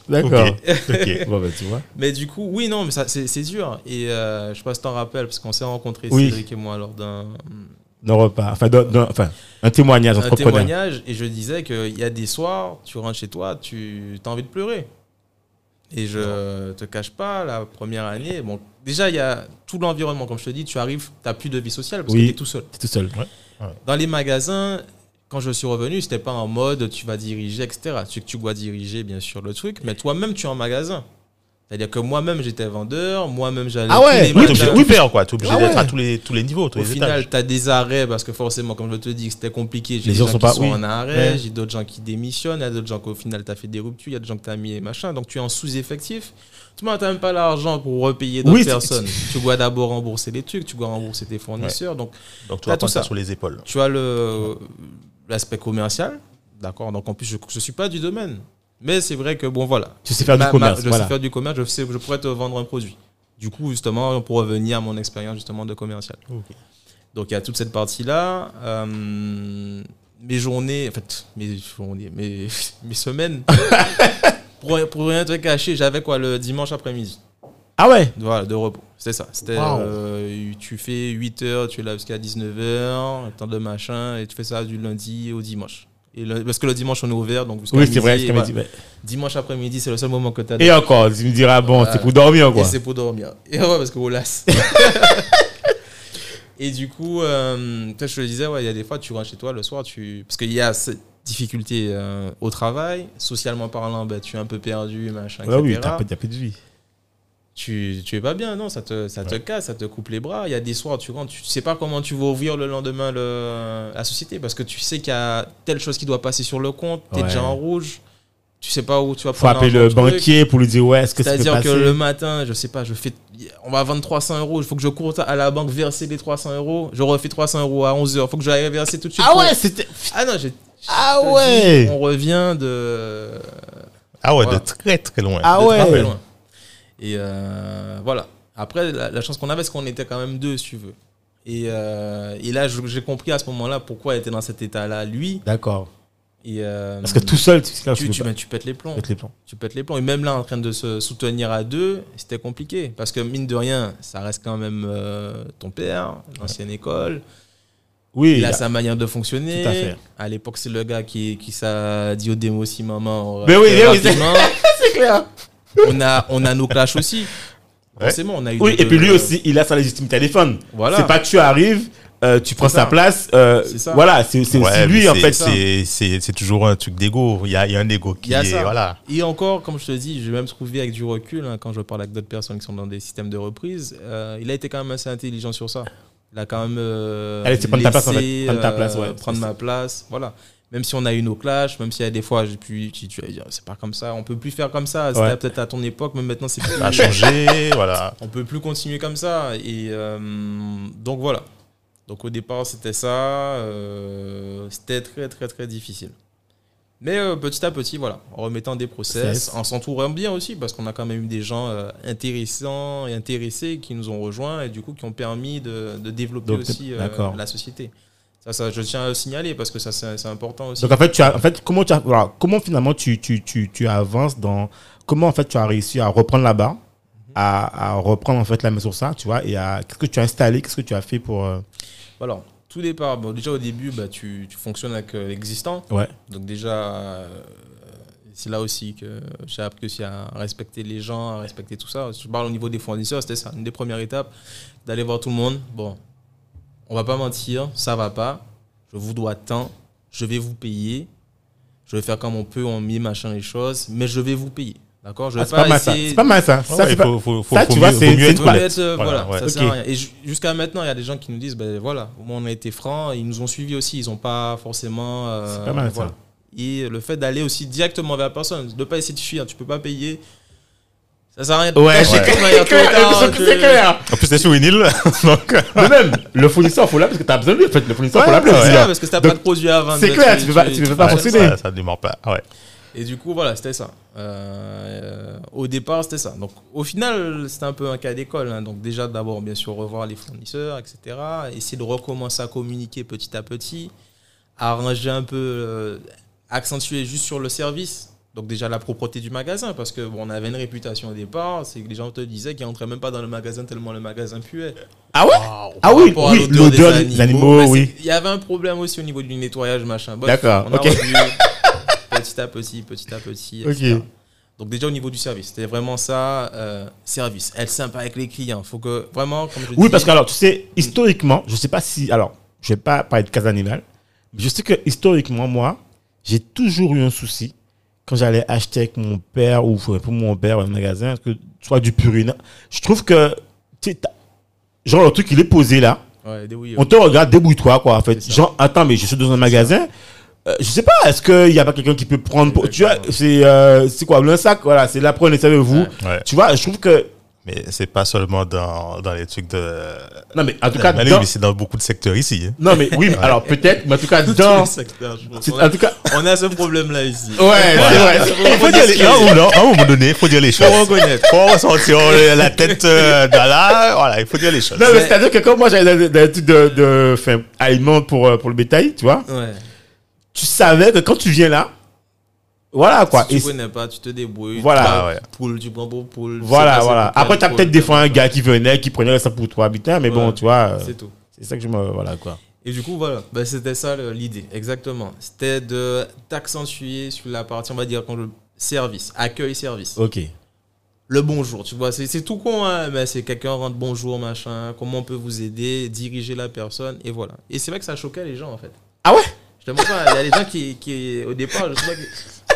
D'accord. Ok. (laughs) Ok. (laughs) Bon, bah, tu vois. Mais du coup, oui, non, mais ça, c'est c'est dur. Et euh, je passe t'en rappelle, parce qu'on s'est rencontrés, Oui. Cédric et moi, lors d'un Non, repas. Enfin, d'un- d'un- enfin, un témoignage un entrepreneur. témoignage. Et je disais qu'il y a des soirs, tu rentres chez toi, tu as envie de pleurer. Et je te cache pas, la première année, bon, déjà, il y a tout l'environnement. Comme je te dis, tu arrives, tu n'as plus de vie sociale parce Oui. que tu es tout seul. T'es tout seul. Dans les magasins, quand je suis revenu, c'était pas en mode tu vas diriger, etc. Tu, tu dois diriger, bien sûr, le truc, mais toi-même, tu es en magasin. C'est-à-dire que moi-même, j'étais vendeur, moi-même, j'allais. Ah tous ouais, les oui, Ouais, t'es magasins. obligé de tout faire, quoi. T'es obligé Ah d'être à ouais. tous les, tous les niveaux, tous Au les final, étages. tu as des arrêts parce que forcément, comme je te dis, que c'était compliqué. J'ai Les des gens gens, sont qui pas- sont oui. en arrêt, Ouais. j'ai d'autres gens qui démissionnent, il y a d'autres gens qu'au final, tu as fait des ruptures, il y a d'autres gens que tu as mis et machin. Donc, tu es en sous-effectif. Tu n'as même pas l'argent pour repayer d'autres Oui, c'est- personnes. Tu dois d'abord rembourser les trucs, tu dois rembourser tes fournisseurs. Donc, Donc, tu t'as vas tout prendre ça ça. sur les épaules. tu as le l'aspect commercial, d'accord. Donc en plus, je ne suis pas du domaine, mais c'est vrai que bon voilà. Tu sais faire Ma- du ma- commerce. je voilà. sais faire du commerce, je, sais- je pourrais te vendre un produit. Du coup, justement, pour revenir à mon expérience justement de commercial. Donc il y a toute cette partie là. mes journées, en fait, mes journées, mes, (laughs) mes (laughs) semaines. pour, pour rien te cacher, j'avais quoi le dimanche après-midi. Ah ouais Voilà, de repos. C'est ça. C'était, Wow. euh, tu fais 8 heures, tu es là jusqu'à 19 heures, temps de machin, et tu fais ça du lundi au dimanche. Et le- parce que le dimanche, on est ouvert, donc jusqu'à Oui, midi, c'est vrai. et ce qu'elle m'a voilà. dit, ouais. Dimanche après-midi, c'est le seul moment que tu as. Et encore, tu me diras, bon, Voilà. c'est pour dormir, Et quoi. c'est pour dormir. Et ouais, parce que vous (laughs) lasse. et du coup, euh, peut-être je te le disais, ouais, il y a des fois, tu rentres chez toi le soir, tu... parce qu'il y a cette difficulté euh, au travail, socialement parlant, bah, tu es un peu perdu, machin, Ouais, Ah oui, etc. t'as pas, t'as plus de vie. tu, tu es pas bien, non, ça te, ça te casse, ça te coupe les bras. Il y a des soirs, tu rentres, tu sais pas comment tu vas ouvrir le lendemain le- la société parce que tu sais qu'il y a telle chose qui doit passer sur le compte, tu es Ouais. déjà en rouge, tu sais pas où tu vas Faut prendre appeler l'argent le du truc. banquier pour lui dire, ouais, est-ce que ça peut C'est-à-dire passer que le matin, je sais pas, je fais, on va vendre 300 euros, il faut que je cours à la banque verser les 300 euros, je refais 300 euros à 11h, faut que j'aille verser tout de suite. Ah pour- ouais, c'était. Ah non, j'ai. Ah je te dis, ouais On revient de. Ah ouais, Voilà. de très très loin. Ah d'être un peu ouais loin. Et euh, voilà. Après, la, la chance qu'on avait, c'est qu'on était quand même deux, si tu veux. Et, euh, et là, je- j'ai compris à ce moment-là pourquoi il était dans cet état-là, lui. D'accord. Et, euh, Parce que tout seul, tu tu, tu, ben, tu pètes les plombs. mettre les plans. Tu pètes les plombs. Et même là, en train de se soutenir à deux, c'était compliqué. Parce que mine de rien, ça reste quand même euh, ton père, l'ancienne école. Oui, Il a là- sa manière de fonctionner. Tout à fait. À l'époque, c'est le gars qui, qui s'a dit au démo aussi, maman. Mais oui, euh, mais oui, rapidement. c'est clair. on a, on a nos clashs aussi. Ouais. Forcément, on a eu. euh, Oui, des- et puis lui aussi, il a sa légitime téléphone. Voilà. C'est pas tu arrives, euh, tu prends C'est ça. sa place. euh, C'est ça. Voilà, c'est c'est Ouais, aussi mais lui, en c'est- fait. C'est c'est- c'est toujours un truc d'ego. Il y a, il y a un ego Il qui y a est. ça. (laughs) Voilà. Et encore, comme je te dis, je vais même trouver avec du recul, hein, quand je parle avec d'autres personnes qui sont dans des systèmes de reprise, euh, il a été quand même assez intelligent sur ça. Il a quand même. Euh, Allez, c'est prendre ta place, en fait. laissé, Prendre ta euh, place, ouais. prendre C'est- ma place, voilà. Même si on a eu nos clashs, même s'il y a des fois, j'ai pu, tu, tu vas dire, c'est pas comme ça, on peut plus faire comme ça. C'était Ouais. Bah, peut-être à ton époque, mais maintenant (laughs) c'est plus. Ça a changé. voilà. on peut plus continuer comme ça. Et euh, donc voilà. Donc au départ, c'était ça. euh, c'était très, très, très difficile. Mais euh, petit à petit, voilà, en remettant des process, Process. en s'entourant bien aussi, parce qu'on a quand même eu des gens euh, intéressants et intéressés qui nous ont rejoints et du coup qui ont permis de, de développer Donc, aussi euh, d'accord. la société. Ça, ça, je tiens à le signaler parce que ça, c'est c'est important aussi. Donc en fait, tu as, en fait, comment tu as, voilà, comment finalement tu, tu, tu, tu avances dans, comment en fait tu as réussi à reprendre la barre, Mhm. à, à reprendre en fait la main sur ça, tu vois, et à, qu'est-ce que tu as installé, qu'est-ce que tu as fait pour, euh, Alors, tout départ, bon, déjà au début, bah, tu, tu fonctionnes avec euh, l'existant. ouais, Donc déjà, euh, c'est là aussi que j'ai appris aussi à respecter les gens, à respecter tout ça. Je parle au niveau des fournisseurs, c'était ça, une des premières étapes, d'aller voir tout le monde. Bon, on va pas mentir, ça va pas. Je vous dois tant, je vais vous payer. Je vais faire comme on peut, on met machin les choses, mais je vais vous payer. D'accord Je vais Ah, c'est pas, mal ça, essayer- c'est pas mal ça, ça Ouais, c'est il pas, faut, faut, faut, ça, faut tu mieux, vois, faut c'est- mieux c'est une être Faut Voilà. mieux honnête. être, euh, voilà, Voilà, ouais. ça sert à Ok. rien. Et ju- jusqu'à maintenant, il y a des gens qui nous disent, ben voilà, au moins on a été francs, ils nous ont suivis aussi, ils n'ont pas forcément. euh, C'est pas mal, ça. voilà. Et le fait d'aller aussi directement vers la personne, de ne pas essayer de fuir, tu peux pas payer. Ça sert à rien de Ouais, cacher ouais. tout, mais il y a trop tard, (laughs) C'est tu- clair. En plus, t'es sur une île. (laughs) (laughs) Donc, Mais même, le fournisseur, faut l'appeler parce que t'as besoin de lui. En fait, le fournisseur, faut Ouais, l'appeler. ouais. aussi, Ouais, hein. parce que si t'as Donc, pas de produit à vendre. c'est tu- clair, tu- tu peux pas- tu peux pas ouais, fonctionner. ça, ça démarre pas. Ah Ouais. Et du coup, voilà, c'était ça. Euh, au départ, c'était ça. Donc, au final, c'était un peu un cas d'école. hein. Donc, déjà, d'abord, bien sûr, revoir les fournisseurs, etc. Essayer de recommencer à communiquer petit à petit. Arranger un peu, euh, accentuer juste sur le service. Donc, déjà, la propreté du magasin. Parce que bon, on avait une réputation au départ. C'est que les gens te disaient qu'ils n'entraient même pas dans le magasin tellement le magasin puait. Ah ouais Ah Par oui, rapport à oui, l'odeur des animaux, mais oui. Bah, c'est- Il y avait un problème aussi au niveau du nettoyage, machin. Bref, D'accord, on a ok. (laughs) revu petit à petit, petit à petit. Ok. etc. Donc déjà au niveau du service, c'était vraiment ça, euh, service, être sympa avec les clients. Faut que vraiment, comme je Oui, dis- parce que alors, tu sais, historiquement, je sais pas si. Alors, je vais pas parler de cas animal, mais je sais que historiquement, moi, j'ai toujours eu un souci quand j'allais acheter avec mon père ou pour pour mon père un magasin, parce que soit du purina. Je trouve que. tu sais, t'as- Genre, le truc, il est posé là. Ouais, des oui, euh, On te regarde, débrouille-toi, quoi, en fait. C'est ça. Genre, attends, mais je suis dans un magasin. Euh, je sais pas, est-ce qu'il n'y a pas quelqu'un qui peut prendre. Pour, tu vois, Exactement. c'est euh, c'est quoi, un sac, voilà, c'est là, prenez ça avec vous. Ouais. Ouais. Tu vois, je trouve que. Mais c'est pas seulement dans, dans les trucs de. Non, mais en tout cas, Mais dans- oui, mais c'est dans beaucoup de secteurs ici. hein. Non, mais oui, mais alors peut-être, mais en tout (laughs) cas, euh, dans. tous les secteurs, je pense. c'est- On a- En tout cas, On a ce problème-là ici. ouais, c'est vrai. c'est vrai. Il faut dire les- à un moment- à un moment donné, il faut dire les choses. Faut reconnaître. Faut ressentir euh, la tête euh, dans la. Voilà, il faut dire les choses. Non, mais c'est-à-dire que quand moi j'avais des trucs de, de enfin, aliments pour, euh, pour le bétail, tu vois, Ouais. tu savais que quand tu viens là, voilà quoi. Si Et tu connais pas, tu te débrouilles. Voilà, tu prends ouais. Poule, tu prends pour poule. tu sais voilà, pas voilà. c'est pour Après, quelle t'as poule, peut-être des fois un t'as- gars qui venait, qui prenait ça pour toi, putain, mais bon, Ouais. tu vois, euh, C'est tout. c'est ça que je me. Voilà quoi. Et du coup, voilà, Bah, c'était ça le- l'idée, exactement. C'était de t'accentuer sur la partie, on va dire, quand je- service, accueil-service. (coughs) Ok. Le bonjour, tu vois, c'est c'est tout con, hein, mais c'est quelqu'un rentre bonjour, machin, comment on peut vous aider, diriger la personne, et voilà. Et c'est vrai que ça choquait les gens, en fait. Ah ouais Je te mens pas, il y a des gens qui, qui, au départ, je sais pas,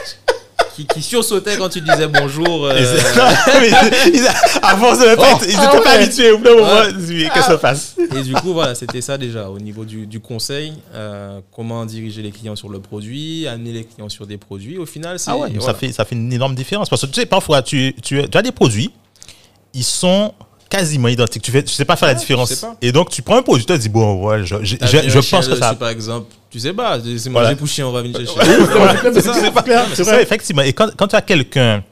qui, qui, qui sursautaient quand tu disais bonjour. euh, Oh, (laughs) Ils- non, mais ils- ils- à force de le faire, ils ah n'étaient pas ouais. habitués. Au bout d'un moment, Ouais. ils se disaient, qu'est-ce que ça passe Et du coup, voilà, c'était ça déjà au niveau du, du conseil, euh, comment diriger les clients sur le produit, amener les clients sur des produits. Au final, c'est. Mais Ah voilà. Ah ça, fait, ça fait une énorme différence. Parce que tu sais, parfois, tu, tu, tu as des produits, ils sont quasiment identiques. Tu ne tu sais pas faire la Ouais, différence. tu Ah, sais pas. Et donc, tu prends un produit, tu te dis, bon, ouais, je, je, T'as je- vu je un chien pense que dessus, ça. Par exemple, tu sais pas, c'est Voilà. manger pour chien, on va venir (laughs) chercher. C'est ça, c'est clair, C'est c'est vrai, vrai. effectivement. Et quand, quand tu as quelqu'un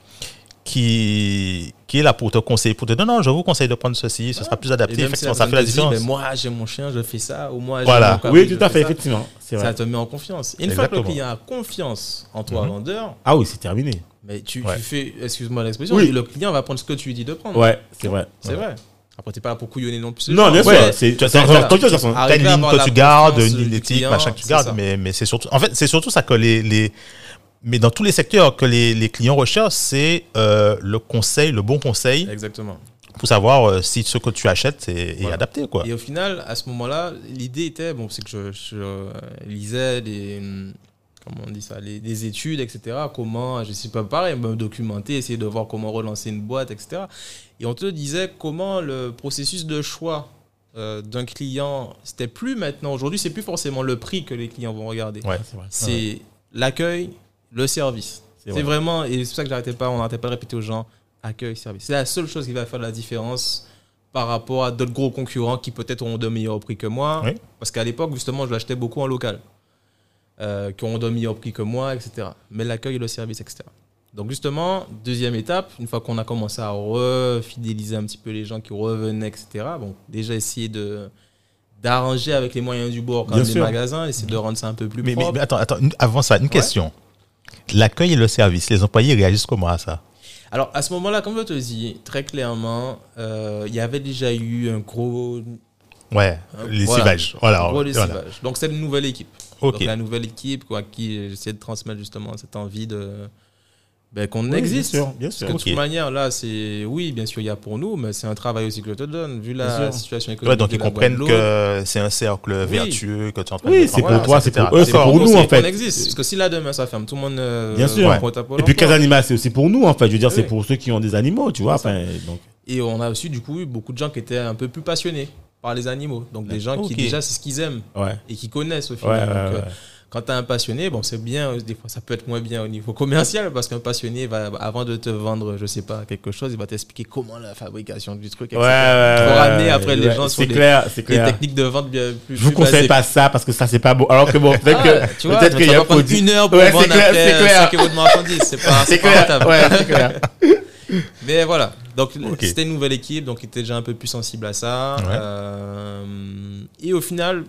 qui, qui est là pour te conseiller, pour te dire, non, non, je vous conseille de prendre ceci, ce sera plus Ah. Et adapté, même effectivement, si ça fait la personne te dit, différence. mais moi, j'ai mon chien, je fais ça, ou moi, j'ai Voilà. mon cabri, Oui, je tout à fais fait, ça. effectivement. C'est Ça vrai. te met en confiance. Et une fois que le Exactement. client a confiance en toi, Mhm. vendeur, Ah oui, c'est terminé. mais tu, tu Ouais. fais, excuse-moi l'expression, Oui. le client va prendre ce que tu lui dis de prendre. Ouais, c'est vrai. C'est vrai. Après, t'es pas là pour couillonner non plus. Non, mais- bien sûr. C'est tu as- tu as- tu as- tu as- tu as- T'as Arriver une à ligne avoir que la tu gardes, confiance une ligne du d'éthique, client, machin que tu c'est gardes, ça. mais, mais c'est surtout, en fait, c'est surtout ça que les, les, mais dans tous les secteurs que les, les clients recherchent, c'est euh, le conseil, le bon conseil Exactement. pour savoir euh, si ce que tu achètes est, est Voilà. adapté, quoi. Et au final, à ce moment-là, l'idée était, bon, c'est que je, je, euh, lisais des, hum, comment on dit ça, les- des études, etc. Comment, je sais pas, pareil, me documenter, essayer de voir comment relancer une boîte, etc. Et on te disait comment le processus de choix euh, d'un client, c'était plus maintenant, aujourd'hui, c'est plus forcément le prix que les clients vont regarder. Ouais. C'est vrai. C'est l'accueil, le service. C'est C'est vrai. vraiment, et c'est pour ça que j'arrêtais pas, on n'arrêtait pas de répéter aux gens, accueil, service. C'est la seule chose qui va faire la différence par rapport à d'autres gros concurrents qui peut-être auront de meilleurs prix que moi. Oui. Parce qu'à l'époque, justement, je l'achetais beaucoup en local, euh, qui auront de meilleurs prix que moi, etc. Mais l'accueil et le service, etc. Donc justement, deuxième étape, une fois qu'on a commencé à refidéliser un petit peu les gens qui revenaient, etc. Bon, déjà essayer de d'arranger avec les moyens du bord quand Bien même les sûr. magasins, essayer de rendre ça un peu plus Mais, mais- propre. mais attends, attends, une- avant ça, une question. L'accueil et le service, les employés réagissent comment à ça Alors à ce moment-là, comme je te dis, très clairement, euh, il y avait déjà eu un gros, Ouais, Euh, les voilà. cibages. Voilà, un gros voilà. lessivage. Donc c'est une nouvelle équipe. Ok. Donc, la nouvelle équipe quoi, qui j'essaie de transmettre justement cette envie de ben, qu'on Oui, existe. Bien sûr, bien Parce que sûr. de Ok. toute manière, là, c'est oui, bien sûr, il y a pour nous, mais c'est un travail aussi que je te donne, vu Bien la sûr. situation économique. Ouais, donc de ils la comprennent Guadeloupe. que c'est un cercle Oui. vertueux que tu es en train de Oui, mettre en c'est pour place, toi, c'est etc. pour eux, c'est pour pour nous en c'est qu'on fait. existe. Parce que si là demain ça ferme, tout le monde. euh, Bien sûr. va pointer à Pôle Et puis emploi. Casanima, c'est aussi pour nous, en fait. Je veux dire, Oui. c'est pour ceux qui ont des animaux, tu vois. Enfin, donc, Et on a aussi, du coup, eu beaucoup de gens qui étaient un peu plus passionnés par les animaux. Donc, des gens Ok. qui, déjà, c'est ce qu'ils aiment ouais. et qui connaissent au Ouais, final. ouais, Donc, euh, ouais. Quand tu as un passionné, bon, c'est bien, euh, des fois ça peut être moins bien au niveau commercial parce qu'un passionné, va, avant de te vendre, je sais pas, quelque chose, il va t'expliquer comment la fabrication du truc, Ouais, etc. ouais, ouais, Pour ouais, ramener ouais, après les ouais, gens sur C'est des- clair, c'est Les clair. techniques de vente bien plus. Je vous plus basées. conseille pas ça parce que ça, c'est pas bon. Alors que bon, peut-être Ah, que- tu vois, peut-être tu qu'il y vas a pas prendre produit. une heure pour Ouais, vendre c'est clair, après c'est euh, clair. 5 euros de marchandise. C'est pas, C'est c'est pas clair. rentable. Ouais, c'est clair. (laughs) Mais voilà, donc Ok. c'était une nouvelle équipe, donc ils étaient déjà un peu plus sensibles à ça. Ouais. Euh, et au final,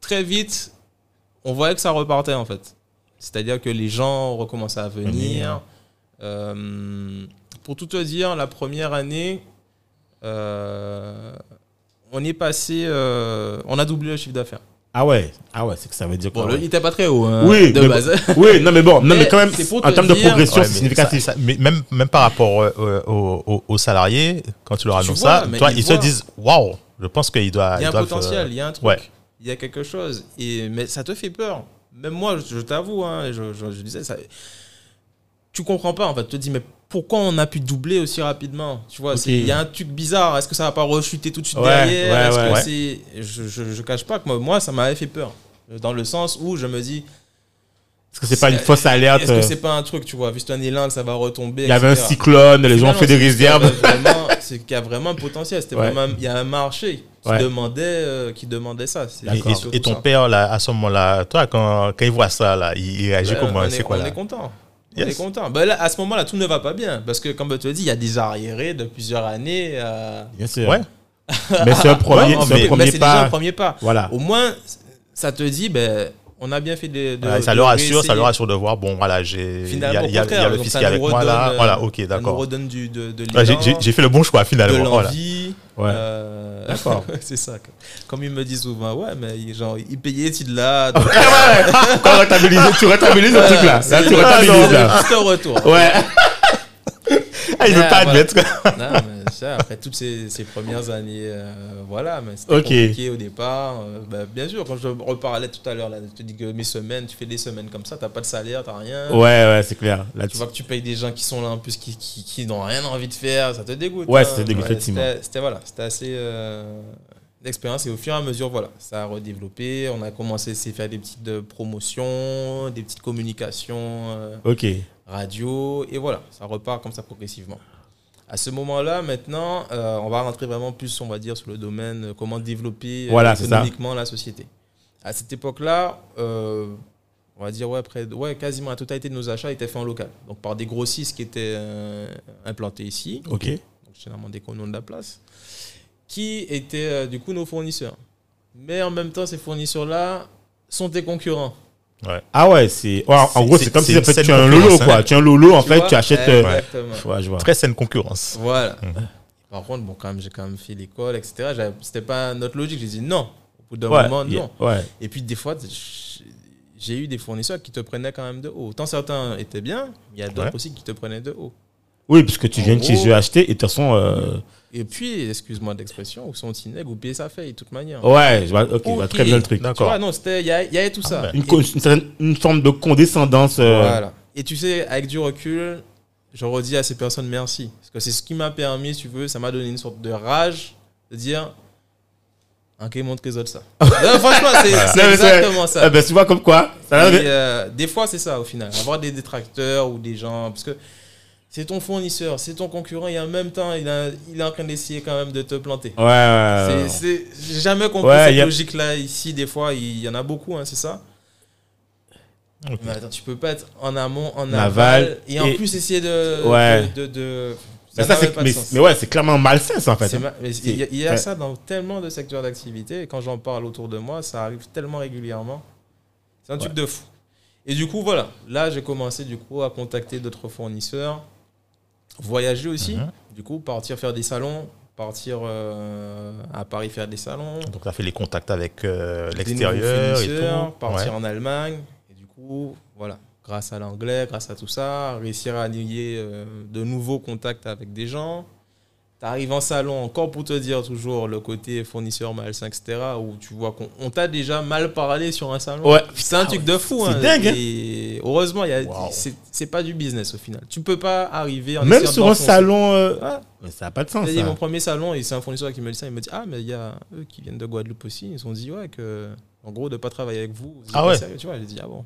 très vite, on voyait que ça repartait en fait. C'est-à-dire que les gens recommençaient à venir. Venir. Euh, pour tout te dire, la première année, euh, on est passé, euh, on a doublé le chiffre d'affaires. Ah ouais, ah ouais, c'est que ça veut dire Bon, quoi. le- il n'était pas très haut hein, Oui, de mais Ah, base. Oui, non mais bon, non mais Mais quand même, c'est pour en te termes de dire- progression, Ouais, c'est mais significatif. ça- ça- mais même, même par rapport euh, euh, aux, aux- aux salariés, quand tu leur Tu annonces vois, ça, mais toi, ils ils, se voient. disent Waouh, je pense qu'il doit. Il y a ils un doivent, euh, potentiel, il y a un truc, ouais. il y a quelque chose. Et, mais ça te fait peur. Même moi, je, je t'avoue, hein, je, je- je disais ça. Tu comprends pas, en fait. Tu te dis, mais pourquoi on a pu doubler aussi rapidement Tu vois, Ok. c'est- il y a un truc bizarre. Est-ce que ça va pas rechuter tout de suite Ouais, derrière ouais, Est-ce que ouais. c'est- je, je, je cache pas que moi, moi, ça m'avait fait peur. Dans le sens où je me dis, Est-ce que c'est pas une fausse alerte est-ce que euh, c'est pas un truc, tu vois, vu que c'est un élan que ça va retomber Il y avait un etc. cyclone, les gens ont Finalement, fait des c'est- réserves. c'est vraiment- C'est qu'il y a vraiment un potentiel. C'était Ouais. vraiment- il y a un marché qui, Ouais. demandait, euh, qui demandait ça. C'est- Et, c'est et- surtout et ton ça. père, là, à ce moment-là, toi, quand, quand il voit ça, là, il, il réagit Ouais, comment on C'est est- quoi on là est content. On Yes. est content. Bah là, à ce moment-là, tout ne va pas bien. Parce que, comme je te dis, il y a des arriérés de plusieurs années. euh, Bien (laughs) sûr. Ouais. Mais c'est un premier, mais- c'est un mais premier c'est déjà pas. un premier pas. Voilà. Au moins, ça te dit, ben, on a bien fait de. de- Voilà, et ça de leur assure, ça réessayer. leur assure de voir, bon, voilà, j'ai. Il y Finalement, a, au il y a- il y a contraire, le donc fils ça qui est avec nous moi, là. redonne, euh, Voilà, ok, Ça nous d'accord. redonne du, de, de Ouais, j'ai- l'élan, J'ai j'ai fait le bon choix, de finalement. Voilà. l'envie. oh Ouais. euh, (laughs) c'est ça. Comme il me dit souvent, ouais, mais il- genre, il payait, il l'a. (laughs) Ouais, ouais. Quand rentabiliser, tu rentabilises le (laughs) truc là. Là, tu Ah, rentabilises là. euh, Juste un (laughs) retour. Ouais. (laughs) Ah, il veut Ah, pas voilà. admettre. non, mais ça, après toutes ces, ces premières années, euh, voilà, mais c'était Ok. compliqué au départ. Euh, bah, bien sûr, quand je reparlais tout à l'heure, là, je te dis que mes semaines, tu fais des semaines comme ça, t'as pas de salaire, t'as rien. Ouais, ouais, c'est clair. Là, Tu vois que tu payes des gens qui sont là en plus, qui, qui, qui n'ont rien envie de faire, ça te dégoûte. hein. Ouais, ça te dégoûte, effectivement. c'était- C'était voilà, c'était assez euh, d'expérience et au fur et à mesure, voilà, ça a redéveloppé. On a commencé à essayer de faire des petites euh, promotions, des petites communications. euh, Ok. radio, et voilà, ça repart comme ça progressivement. À ce moment-là, maintenant, euh, on va rentrer vraiment plus, on va dire, sur le domaine euh, comment développer euh, Voilà, c'est ça. économiquement la société. À cette époque-là, euh, on va dire ouais, près de- ouais, quasiment la totalité de nos achats étaient faits en local, donc par des grossistes qui étaient euh, implantés ici, Ok. donc généralement des connons de la place, qui étaient euh, du coup nos fournisseurs. Mais en même temps, ces fournisseurs-là sont des concurrents. Ah ouais, c'est. ouais, en C'est- gros, c'est- c'est comme si c'est en fait, une tu es un saine lolo concurrence, quoi. hein. Tu es un lolo, en Tu fait, vois tu achètes. euh, Exactement. Ouais, je vois. Très saine concurrence. Voilà. Par contre, bon, quand même, j'ai quand même fait l'école, etc. J'avais- C'était pas notre logique. J'ai dit non. Au bout d'un Ouais, moment, y- non. ouais. Et puis, des fois, j'ai- j'ai eu des fournisseurs qui te prenaient quand même de haut. Autant certains étaient bien, il y a d'autres Ouais. aussi qui te prenaient de haut. Oui, puisque tu En viens de chez gros- eux acheter et de toute façon. euh, Et puis, excuse-moi d'expression, ou son tineg, ou payer sa feuille, de toute manière. Ouais, je vois, ok, je vois Ok. très bien le truc. tu vois, D'accord. non, c'était- il y, a- il y avait tout ça. Une, co- une certaine- une forme de condescendance. euh, Voilà. Et tu sais, avec du recul, je redis à ces personnes merci. Parce que c'est ce qui m'a permis, si tu veux, ça m'a donné une sorte de rage de dire un qui montre les autres (laughs) ça. Non, franchement, c'est c'est Non, mais c'est- exactement ça. Ah ben, tu vois comme quoi ça a l'air Et, de- euh, des fois, c'est ça au final. Avoir des détracteurs ou des gens. Parce que c'est ton fournisseur, c'est ton concurrent, et en même temps, il, a- il est en train d'essayer quand même de te planter. Ouais, ouais, ouais, C'est- ouais. c'est- J'ai jamais compris Euh, Ouais, cette y a- logique-là ici. Des fois, il y en a beaucoup, hein, c'est ça. Ok. Mais attends, tu peux pas être en amont, en En aval, aval, et en et- plus essayer de. Ouais. de, de- de- Mais ça, n'aurait c'est pas de mais, sens. mais ouais, c'est clairement malsain ça en fait. hein. C'est ma- mais Il y a, il y a c'est- ça dans tellement de secteurs d'activité, et quand j'en parle autour de moi, ça arrive tellement régulièrement. C'est un truc de fou. Et du coup, voilà, là, j'ai commencé du coup à contacter d'autres fournisseurs, voyager aussi, Mhm. du coup, partir faire des salons, partir euh, à Paris faire des salons, Donc, tu as fait les contacts avec euh, des l'extérieur nouveaux et fournisseurs, tout. partir Ouais. en Allemagne. Et du coup, voilà, grâce à l'anglais, grâce à tout ça, réussir à lier euh, de nouveaux contacts avec des gens, T'arrives en salon, encore pour te dire toujours le côté fournisseur malsain, etc., où tu vois qu'on on t'a déjà mal parlé sur un salon. Ouais. C'est un truc de fou. C'est hein. dingue, hein. Et heureusement, il y a- Wow. c'est c'est pas du business au final. Tu peux pas arriver en Même essayant de sur un t'enfoncer. salon. euh, ah, mais ça n'a pas de sens. J'ai dit, ça. mon premier salon, et c'est un fournisseur qui me dit ça, il me dit Ah, mais il y a eux qui viennent de Guadeloupe aussi, ils ont dit Ouais, que en gros, de pas travailler avec vous. vous êtes Ah pas ouais. sérieux, Tu vois, j'ai dit Ah bon.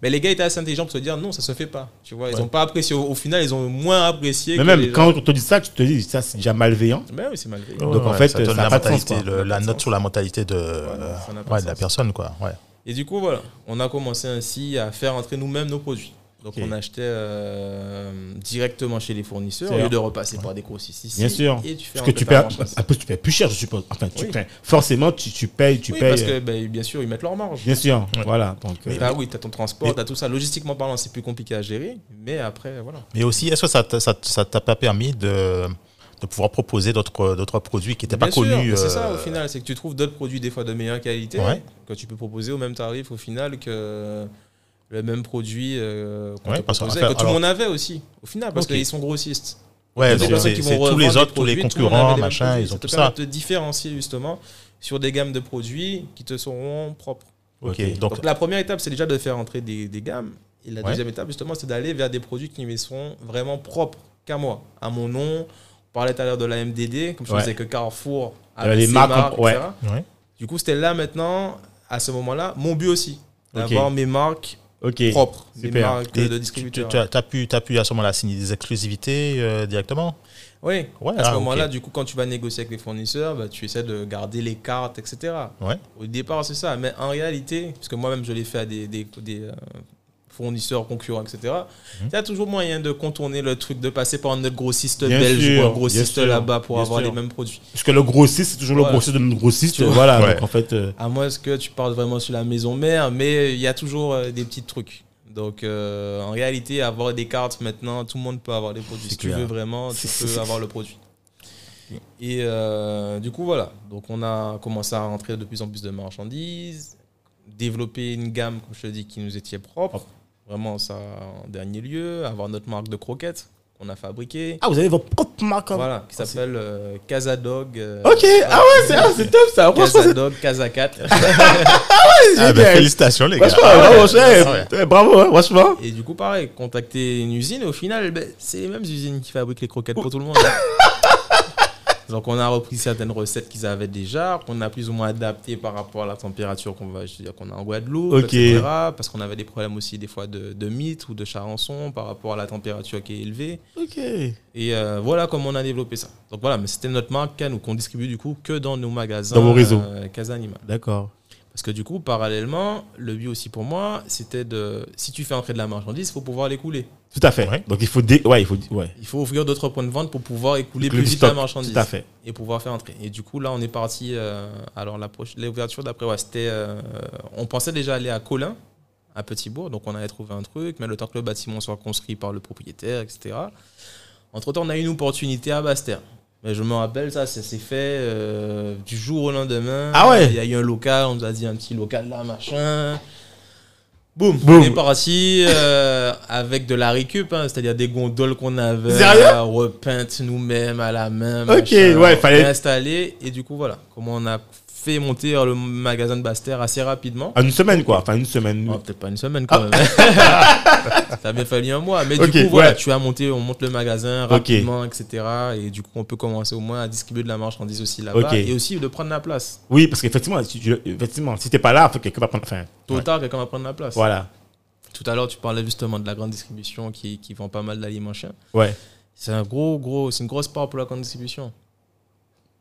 Mais les gars étaient assez intelligents pour se dire Non, ça se fait pas. Tu vois, ils Ouais. ont pas apprécié. Au, au final, ils ont moins apprécié. Mais que même les quand gens. on te dit ça, tu te dis, ça, c'est déjà malveillant. Mais oui, c'est malgré. Donc, en fait, ça donne ça a la, pas de sens, mentalité, quoi. le- Ça a la pas de note sens. sur la mentalité de, euh, Voilà, ça n'a pas ouais, de de la sens. personne. Quoi. Ouais. Et du coup, voilà, on a commencé ainsi à faire entrer nous-mêmes nos produits. Donc, Ok. on achetait euh, directement chez les fournisseurs C'est au lieu vrai. de repasser par des grossistes ici. Bien sûr. Et tu fais Parce que entrer tu ta payes, marchandise. après, tu payes plus cher, je suppose. Enfin, tu Oui. payes- forcément, tu, tu payes, (laughs) tu Oui, payes. parce euh, que ben, bien sûr, ils mettent leur marge. Bien sûr, voilà. Donc, euh, Bah oui, t'as ton transport, Mais- t'as tout ça. Logistiquement parlant, c'est plus compliqué à gérer, mais après, voilà. Mais aussi, est-ce que ça t'a- ça- ça t'a pas permis de, de pouvoir proposer d'autres d'autres produits qui n'étaient pas Bien sûr, connus mais C'est ça, euh, au final, c'est que tu trouves d'autres produits des fois de meilleure qualité Ouais. que tu peux proposer au même tarif au final que le même produit euh, qu'on Ouais, te parce que- proposait, enfin, que tout le alors- monde avait aussi, au final, parce Ok. qu'ils sont grossistes. Ouais, Toutes les donc personnes c'est qui vont c'est tous revendre les des autres, tous les produits, tout le monde avait concurrents, les mêmes machin, produits. ils ont tout te permet ça. de te différencier justement sur des gammes de produits qui te seront propres. Ok, Ok. donc, Donc, la première étape, c'est déjà de faire entrer des, des gammes. Et la Ouais. deuxième étape, justement, c'est d'aller vers des produits qui me sont vraiment propres qu'à moi, à mon nom. On parlait tout à l'heure de la MDD, comme je Ouais. disais que Carrefour Euh, avait les ses marques, marques, ouais. etc. ouais. Du coup, c'était là maintenant, à ce moment-là, mon but aussi, d'avoir mes marques euh, ok. propres, mes super. marques Et de tu, tu- distributeurs. tu as, t'as pu, t'as pu à ce moment-là signer des exclusivités euh, directement Oui, Ouais, à ce ah, ok. moment-là, du coup, quand tu vas négocier avec les fournisseurs, bah, tu essaies de garder les cartes, etc. Ouais. Au départ, c'est ça. Mais en réalité, parce que moi-même, je l'ai fait à des, des- des, euh, fournisseurs concurrents, etc. Mhm. Il y a toujours moyen de contourner le truc, de passer par notre grossiste Bien belge sûr, ou un bien grossiste sûr, là-bas pour bien avoir sûr. les mêmes produits. Parce que le grossiste, c'est toujours le Voilà. grossiste de même grossiste. Tu vois. Voilà. Ouais. Donc, en fait, euh, À moins que tu parles vraiment sur la maison mère, mais il y a toujours euh, des petits trucs. Donc, euh, en réalité, avoir des cartes maintenant, tout le monde peut avoir des produits. Si tu clair. veux vraiment, tu C'est- peux avoir le produit. Et euh, du coup, voilà. Donc, on a commencé à rentrer de plus en plus de marchandises, développer une gamme, comme je te dis, qui nous était propre. Vraiment, ça en dernier lieu. Avoir notre marque de croquettes qu'on a fabriquée. Ah, vous avez votre propre marque. hein. Voilà, qui s'appelle euh, Casa Dog. euh, Ok. Ah ouais, c'est, ah, c'est top ça. Franchement, Casa (laughs) c'est Dog, Casa 4. Eh, c'est Ah, ben, génial. félicitations, Bah, les gars. Franchement, bravo, chef. Ouais, Bravo, hein, franchement. Et du coup, pareil, contacter une usine, au final, ben, c'est les mêmes usines qui fabriquent les croquettes pour tout le monde. hein. (laughs) Donc, on a repris certaines recettes qu'ils avaient déjà, qu'on a plus ou moins adaptées par rapport à la température qu'on va, je veux dire, qu'on a en Guadeloupe, Ok. etc. Parce qu'on avait des problèmes aussi, des fois, de, de mythe ou de charançon par rapport à la température qui est élevée. Ok. Et euh, voilà comment on a développé ça. Donc, voilà, mais c'était notre marque Cannes, ou qu'on distribue du coup que dans nos magasins. Dans vos réseaux. euh, Casa Anima. D'accord. Parce que du coup, parallèlement, le but aussi pour moi, c'était de. Si tu fais entrer de la marchandise, il faut pouvoir l'écouler. Tout à fait. Ouais. Donc il faut dé... ouais, il faut dé- ouais. Il faut ouvrir d'autres points de vente pour pouvoir écouler Le plus vite stock, la marchandise Tout à fait. et pouvoir faire entrer. Et du coup, là, on est parti. euh, alors, la proche- l'ouverture d'après, ouais, c'était. euh, on pensait déjà aller à Colin, à Petit-Bourg, donc on allait trouver un truc, mais le temps que le bâtiment soit construit par le propriétaire, etc. Entre temps, on a eu une opportunité à Bastère. Mais je me rappelle, ça, ça s'est fait euh, du jour au lendemain. Ah ouais Il y a eu un local, on nous a dit un petit local là, machin. Boum, Boum. on est parti euh, avec de la récup, hein, c'est-à-dire des gondoles qu'on avait Sérieux euh, repeintes nous-mêmes à la main. Ok, ouais, fallait- installer et du coup voilà, comment on a fait monter euh, le magasin de Bastère assez rapidement. En une semaine quoi, enfin une semaine. Oh, Peut-être pas une semaine quand même. (laughs) ça a bien fallu un mois, mais Ah. Ok, du coup voilà, ouais. tu as monté, on monte le magasin Ok. rapidement, etc. Et du coup on peut commencer au moins à distribuer de la marchandise aussi là-bas Ok. et aussi de prendre la place. Oui, parce qu'effectivement, si tu effectivement, si t'es pas là, faut quelqu'un va prendre enfin. Tôt ou tard quelqu'un va prendre la place. Voilà. Tout à l'heure tu parlais justement de la grande distribution qui, qui vend pas mal d'aliments chiens. Ouais. C'est un gros, gros, c'est une grosse part pour la grande distribution.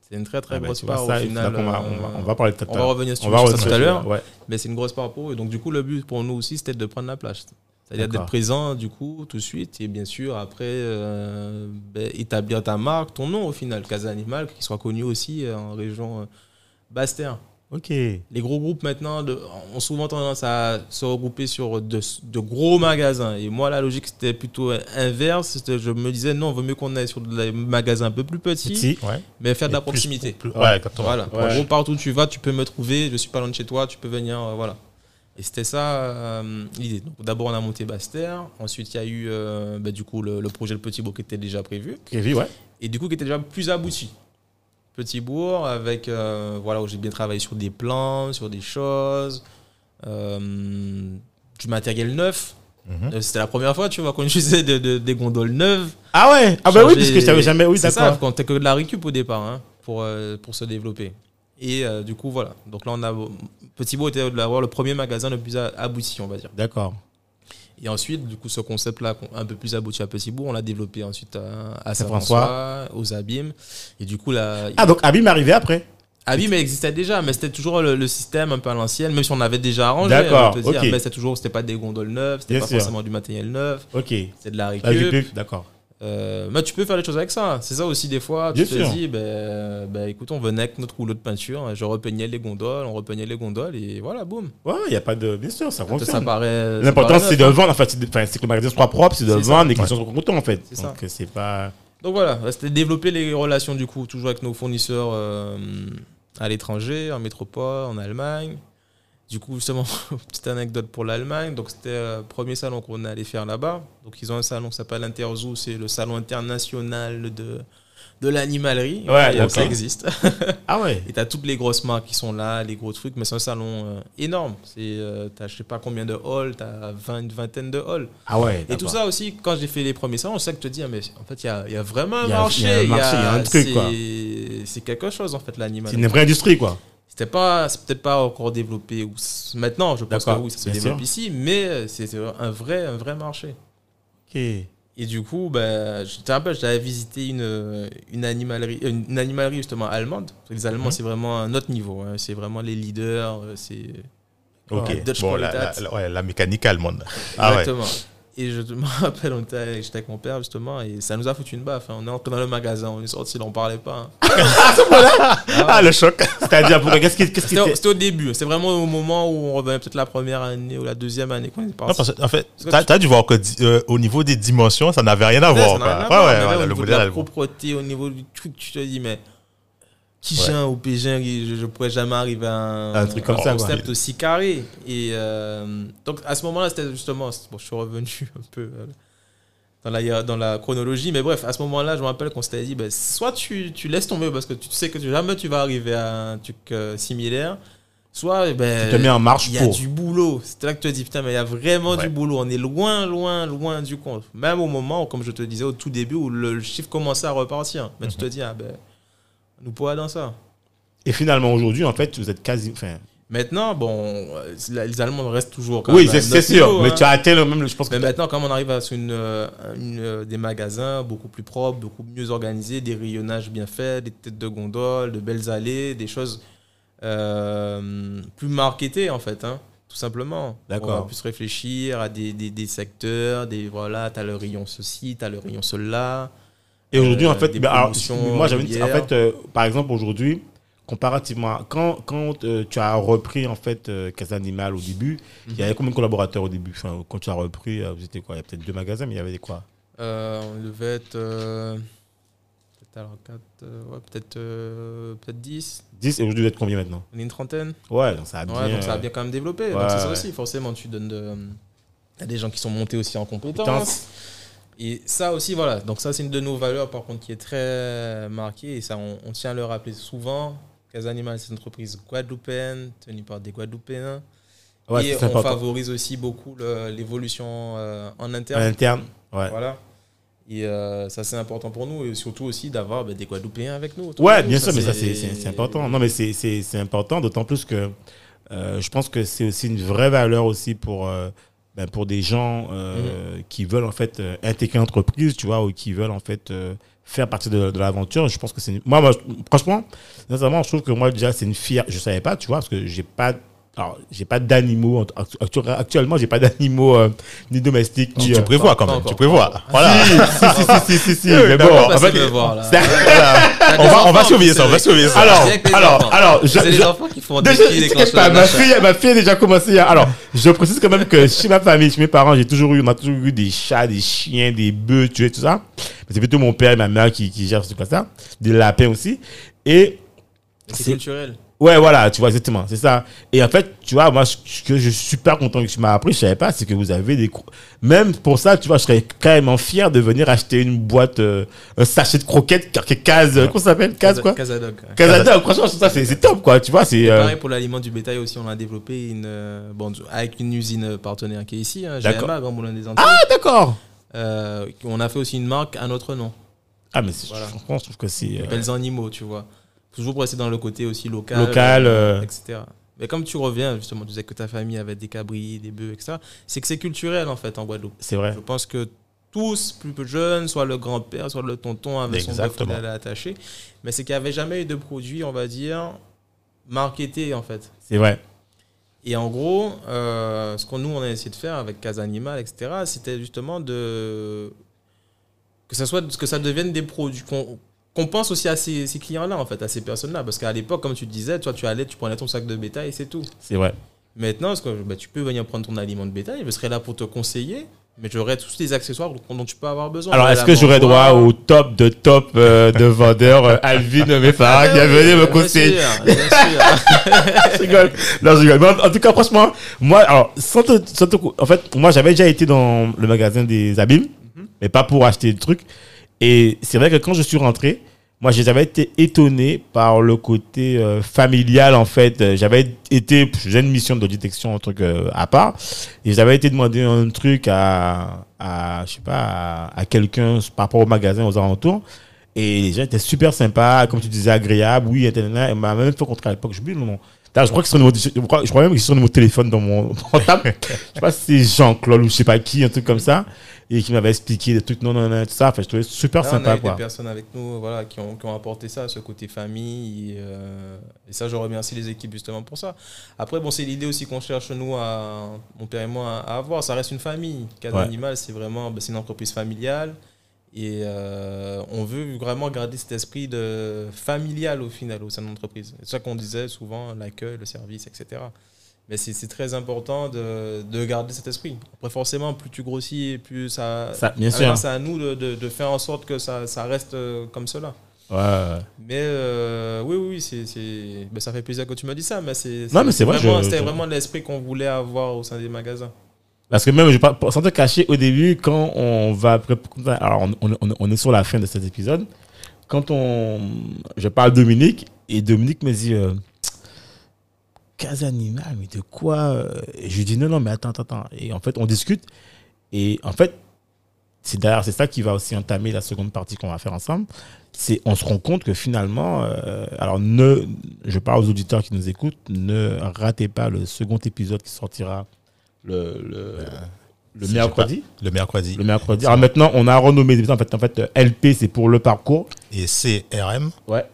C'est une très très Ah bah, grosse tu vois part ça, au il faudra final. qu'on va- euh, on, va, on va parler de on va revenir sur on va ça revenir tout à sur- l'heure, Ouais. mais c'est une grosse part pour eux. Donc du coup, le but pour nous aussi, c'était de prendre la place. C'est-à-dire D'accord. d'être présent du coup tout de suite et bien sûr après euh, ben, établir ta marque, ton nom au final, Casa Animal, qui soit connu aussi euh, en région euh, Basse-Terre. Ok. Les gros groupes maintenant de- ont souvent tendance à se regrouper sur de, de gros magasins. Et moi, la logique, c'était plutôt inverse. C'était- Je me disais, non, vaut mieux qu'on aille sur des magasins un peu plus petits, Si. Ouais. mais faire de Et la plus- proximité. plus- Ouais. ouais, exactement. Voilà. En Ouais. gros, partout où tu vas, tu peux me trouver. Je suis pas loin de chez toi, tu peux venir. euh, voilà. Et Et c'était ça euh, l'idée. Donc, D'abord, on a monté Bastère. Ensuite, il y a eu euh, bah, du coup, le, le projet Le Petit Beau qui était déjà prévu. Kevin, ouais. et du coup qui était déjà plus abouti. Petit bourg avec euh, voilà où j'ai bien travaillé sur des plans, sur des choses, euh, du matériel neuf. Mhm. Euh, C'était la première fois, tu vois, qu'on (laughs) utilisait de- de- des gondoles neuves. Ah ouais Ah bah oui, Changer- parce que je savais jamais. Oui, c'est ça. d'accord. Quand t'as que de la récup au départ, hein, pour euh, pour se développer. Et euh, du coup voilà. Donc là on a Petit bourg était d'avoir le premier magasin le plus a- abouti, on va dire. D'accord. Et ensuite, du coup, ce concept-là, qu'on- un peu plus abouti à Petit-Bourg, on l'a développé ensuite à, à Saint-François. Saint-François, aux Abîmes. Et du coup, là, Ah donc Abim est arrivé après Abîmes existait déjà, mais c'était toujours le, le système un peu à l'ancienne, même si on avait déjà arrangé. D'accord, on va te dire. ok. Mais c'était toujours, c'était pas des gondoles neuves, c'était Bien pas sûr. forcément du matériel neuf, Ok. c'était de la récup. Là, j'ai plus. D'accord. Euh, mais tu peux faire des choses avec ça. C'est ça aussi des fois. Tu Bien te sûr. dis, ben, ben, écoute, on venait avec notre rouleau de peinture, hein, je repeignais les gondoles, on repeignait les gondoles, et voilà, boum. Ouais, il n'y a pas de. Bien sûr, ça Ça confirme. paraît. Euh, ça L'important, paraît c'est neuf. de vendre. Enfin, c'est de- enfin, c'est que le magasin soit propre, c'est de C'est ça. vendre et que les gens soient contents, en fait. C'est ça. Donc, euh, c'est pas. Donc voilà, bah, c'était développer les relations du coup, toujours avec nos fournisseurs euh, à l'étranger, en métropole, en Allemagne. Du coup, justement, (laughs) petite anecdote pour l'Allemagne. Donc, c'était euh, le premier salon qu'on allait faire là-bas. Donc, ils ont un salon qui s'appelle Interzoo, c'est le salon international de, de l'animalerie. Ouais, Et, euh, ça d'accord. existe. (laughs) Ah ouais Et t'as toutes les grosses marques qui sont là, les gros trucs, mais c'est un salon euh, énorme. C'est, euh, t'as je sais pas combien de halls, t'as 20, une vingtaine de halls. Ah ouais. Et tout d'accord. ça aussi, quand j'ai fait les premiers salons, c'est ça que je te dis, ah, mais en fait, il y a, il y a vraiment un Il y a- marché. il y a un marché, il y a un truc, c'est- quoi. C'est quelque chose, en fait, l'animal. C'est une vraie industrie, quoi. C'était pas, c'est peut-être pas encore développé. Ou s- maintenant, je pense que D'accord, oui, ça se bien développe sûr. ici, mais euh, c'est c'est un vrai, un vrai marché. Ok. Et du coup, ben, je te rappelle, j'avais visité une, une, animalerie, euh, une animalerie justement allemande. Les Allemands, Mhm. c'est vraiment un autre niveau. hein. C'est vraiment les leaders. euh, C'est euh, Ok. Dutch Bon, la, Qualitat. la- la- ouais, la mécanique allemande. Ah ouais. Exactement. Et je te- (laughs) me rappelle, on était avec- j'étais avec mon père justement, et ça nous a foutu une baffe. hein. On est entré dans le magasin, on est sorti, là, on parlait pas. hein. Ah, le choc. C'est-à-dire, pour qu'est-ce qui. Qu'est-ce qui C'était au- était- c'était au début, c'est vraiment au moment où on revenait peut-être la première année ou la deuxième année qu'on est Non, parti. parce que, en fait, Parce que t'as tu- t'as dû voir que di- euh, au niveau des dimensions, ça n'avait rien à Ouais, ça voir. n'a quoi. rien à Ouais, voir, ouais, mais même voilà, au le niveau de modèle la allemand. propreté, au niveau du truc, tu te dis, mais Kichin ou Pégin, je, je pourrais jamais arriver à un, Un truc comme ça, quoi. concept aussi carré. Et euh, donc à ce moment-là, c'était justement, bon, je suis revenu (laughs) un peu euh, dans la, hiér- dans la chronologie, mais bref, à ce moment-là, je me rappelle qu'on s'était dit, ben, soit tu, tu laisses tomber parce que tu sais que tu- jamais tu vas arriver à un truc euh, similaire, soit ben, Tu te mets en marche il y a pour. du boulot. C'est là que tu te dis, putain, mais il y a vraiment Ouais. du boulot. On est loin, loin, loin du compte. Même au moment, où, comme je te disais au tout début, où le, le chiffre commençait à repartir. Mais tu Mhm. te dis, ah ben, nous pourrons dans ça. Et finalement, aujourd'hui, en fait, vous êtes quasi. Enfin, Maintenant, bon, euh, la- les Allemands restent toujours. quand oui, même à c'est c'est notre sûr. niveau, Mais hein. tu as atteint le même. Je pense que. Mais maintenant, comme on arrive à sur une, euh, une, euh, des magasins beaucoup plus propres, beaucoup mieux organisés, des rayonnages bien faits, des têtes de gondole, de belles allées, des choses euh, plus marketées en fait, hein, tout simplement. D'accord. On va plus réfléchir à des, des- des secteurs, des voilà, t'as le rayon ceci, t'as le rayon cela. Et aujourd'hui, en Euh, fait, des ben, alors, promotions moi, j'avais dit, en régulières. fait, euh, par exemple, aujourd'hui, comparativement, à- quand, quand euh, tu as repris, en fait, euh, Casa Animal au début, il Mhm. y avait combien de collaborateurs au début Enfin, Quand tu as repris, euh, vous étiez quoi Il y a peut-être deux magasins, mais il y avait des quoi Euh, on devait être euh, peut-être alors quatre, euh, ouais, peut-être euh, peut-être 10, 10 et aujourd'hui, vous êtes combien maintenant on est une trentaine. Ouais, donc ça a bien. Ouais, donc ça a bien quand même développé. euh, ouais, donc c'est ça ouais. aussi, forcément, tu donnes de, à des gens qui sont montés aussi en compétences. Compétences. Et ça aussi, voilà. Donc ça, c'est une de nos valeurs, par contre, qui est très marquée. Et ça, on, on tient à le rappeler souvent. Casa Animal, c'est une entreprise guadeloupéenne, tenue par des Guadeloupéens. euh, Ouais, et c'est on important. favorise aussi beaucoup le- l'évolution euh, en À interne. l'interne, ouais. Voilà. Et euh, ça, c'est important pour nous. Et surtout aussi d'avoir ben, des Guadeloupéens avec nous. autour Ouais, de nous. bien sûr, mais ça, c'est- c'est c'est important. Non, mais c'est- c'est c'est important, d'autant plus que euh, je pense que c'est aussi une vraie valeur aussi pour, euh, ben, pour des gens euh, Mm-hmm. qui veulent en fait euh, intégrer l'entreprise, tu vois, ou qui veulent en fait euh, faire partie de, de l'aventure. Je pense que c'est. une- Moi, moi, je- franchement, sincèrement, je trouve que moi, déjà, c'est une fière. Je savais pas, tu vois, parce que j'ai pas. Alors, j'ai pas d'animaux. actu- actu- Actuellement, j'ai pas d'animaux euh, ni domestiques. Tu, ni, tu euh, prévois quand pas même, encore, tu prévois. Voilà. si, si, si, Oui, mais bon, d'accord. en Passez fait, me voir, là. (laughs) On va, on va enfants, surveiller c'est ça, on va vrai. surveiller ça. Alors, Avec les enfants. alors, alors, je- C'est les je- enfants qui font des Déjà, filles, des t'inquiète clenches pas, de ma lâche. fille, ma fille a déjà commencé. à- Alors, je précise quand même que chez ma famille, chez mes parents, j'ai toujours eu, on a toujours eu des chats, des chiens, des bœufs, tu sais, tout ça. Mais c'est plutôt mon père et ma mère qui, qui gèrent ce truc comme ça. Des lapins aussi. Et C'est C'est- culturel. Ouais, voilà, tu vois, exactement, c'est ça. Et en fait, tu vois, moi, ce que je suis super content que tu m'as appris, je savais pas, c'est que vous avez des... cro- Même pour ça, tu vois, je serais carrément fier de venir acheter une boîte, euh, un sachet de croquettes, car- que case, euh, comment ça s'appelle Case, quoi Casadog. ouais. Casada, franchement, je trouve ça, c'est c'est top, quoi, tu vois, c'est... euh, Pareil pour l'aliment du bétail aussi, on a développé une, euh, bon, avec une usine partenaire qui est ici, hein, D'accord. GMA, Grand Moulin des Antilles. Ah, d'accord Euh, on a fait aussi une marque à notre nom, Ah, mais c'est- Voilà. franchement, je trouve que c'est... euh, Belles Animaux, tu vois. Toujours pour rester dans le côté aussi local. local, euh, etc. Mais comme tu reviens, justement, tu disais que ta famille avait des cabris, des bœufs, etc. C'est que c'est culturel, en fait, en Guadeloupe. c'est vrai. Je pense que tous, plus peu jeunes, soit le grand-père, soit le tonton avait son Exactement. bœuf qu'il allait attacher. Mais c'est qu'il n'y avait jamais eu de produit, on va dire, marketé, en fait. C'est vrai. Et en gros, euh, ce qu'on nous, on a essayé de faire avec Casa Animal, etc., c'était justement de. Que ça, soit, que ça devienne des produits. Qu'on qu'on pense aussi à ces, ces clients-là, en fait, à ces personnes-là. Parce qu'à l'époque, comme tu disais, toi, tu allais, tu prenais ton sac de bétail et c'est tout. C'est vrai. Maintenant, parce que, bah, tu peux venir prendre ton aliment de bétail, je serai là pour te conseiller, mais j'aurai tous les accessoires dont dont tu peux avoir besoin. Alors, La est-ce que j'aurais droit mangeoire, au top de top euh, de vendeur euh, Alvin Mefara qui a venu me conseiller Ah, Bien sûr, bien sûr. Je rigole. Non, je rigole. Mais en- en tout cas, franchement, moi, alors, sans te- sans te cou- en fait, moi, j'avais déjà été dans le magasin des abîmes, Mhm. mais pas pour acheter des trucs. Et c'est vrai que quand je suis rentré, moi, j'ai- j'avais été étonné par le côté euh, familial, en fait. Euh, J'avais été, j'ai une mission de détection, un truc euh, à part. Et j'avais été demander un truc à, à je sais pas, à, à quelqu'un par rapport au magasin, aux alentours. Et les gens étaient super sympas, comme tu disais, agréables. Oui, et nanana. Et m'a même fait contrat à l'époque. Je me dis, non, non. Putain, je crois que c'est son numéro, je crois, je crois même que c'est son numéro de téléphone dans mon (laughs) portable. je sais pas si c'est Jean-Claude ou je sais pas qui, un truc comme ça. Et qui m'avait expliqué des trucs, non, non, non, tout ça. Enfin, je trouvais super Là, on a sympa, eu des quoi. personnes avec nous voilà, qui, ont, qui ont apporté ça, ce côté famille. Et, euh, et ça, je remercie les équipes justement pour ça. Après, bon, c'est l'idée aussi qu'on cherche, nous, à, mon père et moi, à avoir. Ça reste une famille. Casa Ouais. Animal, c'est vraiment bah, c'est une entreprise familiale. Et euh, on veut vraiment garder cet esprit de familial au final au sein de l'entreprise. C'est ça qu'on disait souvent, l'accueil, le service, etc. Mais c'est c'est très important de, de garder cet esprit. Après, forcément, plus tu grossis, plus ça, Ça, bien ah, sûr. maintenant, C'est à nous de, de- de faire en sorte que ça, ça reste euh, comme cela. Ouais, ouais. Mais euh, oui, oui, oui, c'est, c'est- ben, ça fait plaisir que tu me dis ça. Mais c'est, Non, mais c'est vrai, vraiment, je- c'était je- vraiment l'esprit qu'on voulait avoir au sein des magasins. Parce que même, je, par- sans te cacher, au début, quand on va. pré- Alors, on, on- on est sur la fin de cet épisode. Quand on. Je parle à Dominique, et Dominique me dit. Euh, Casa animal, mais de quoi euh Et je lui dis non, non, mais attends, attends, attends. Et en fait, on discute. Et en fait, c'est d'ailleurs, c'est ça qui va aussi entamer la seconde partie qu'on va faire ensemble. C'est, on se rend compte que finalement, euh, alors ne, je parle aux auditeurs qui nous écoutent, ne ratez pas le second épisode qui sortira le, le, le si mercredi. Le mercredi. Le mercredi. Alors maintenant, on a renommé les épisodes. En fait, en fait, euh, LP, c'est pour le parcours. Et CRM. Ouais.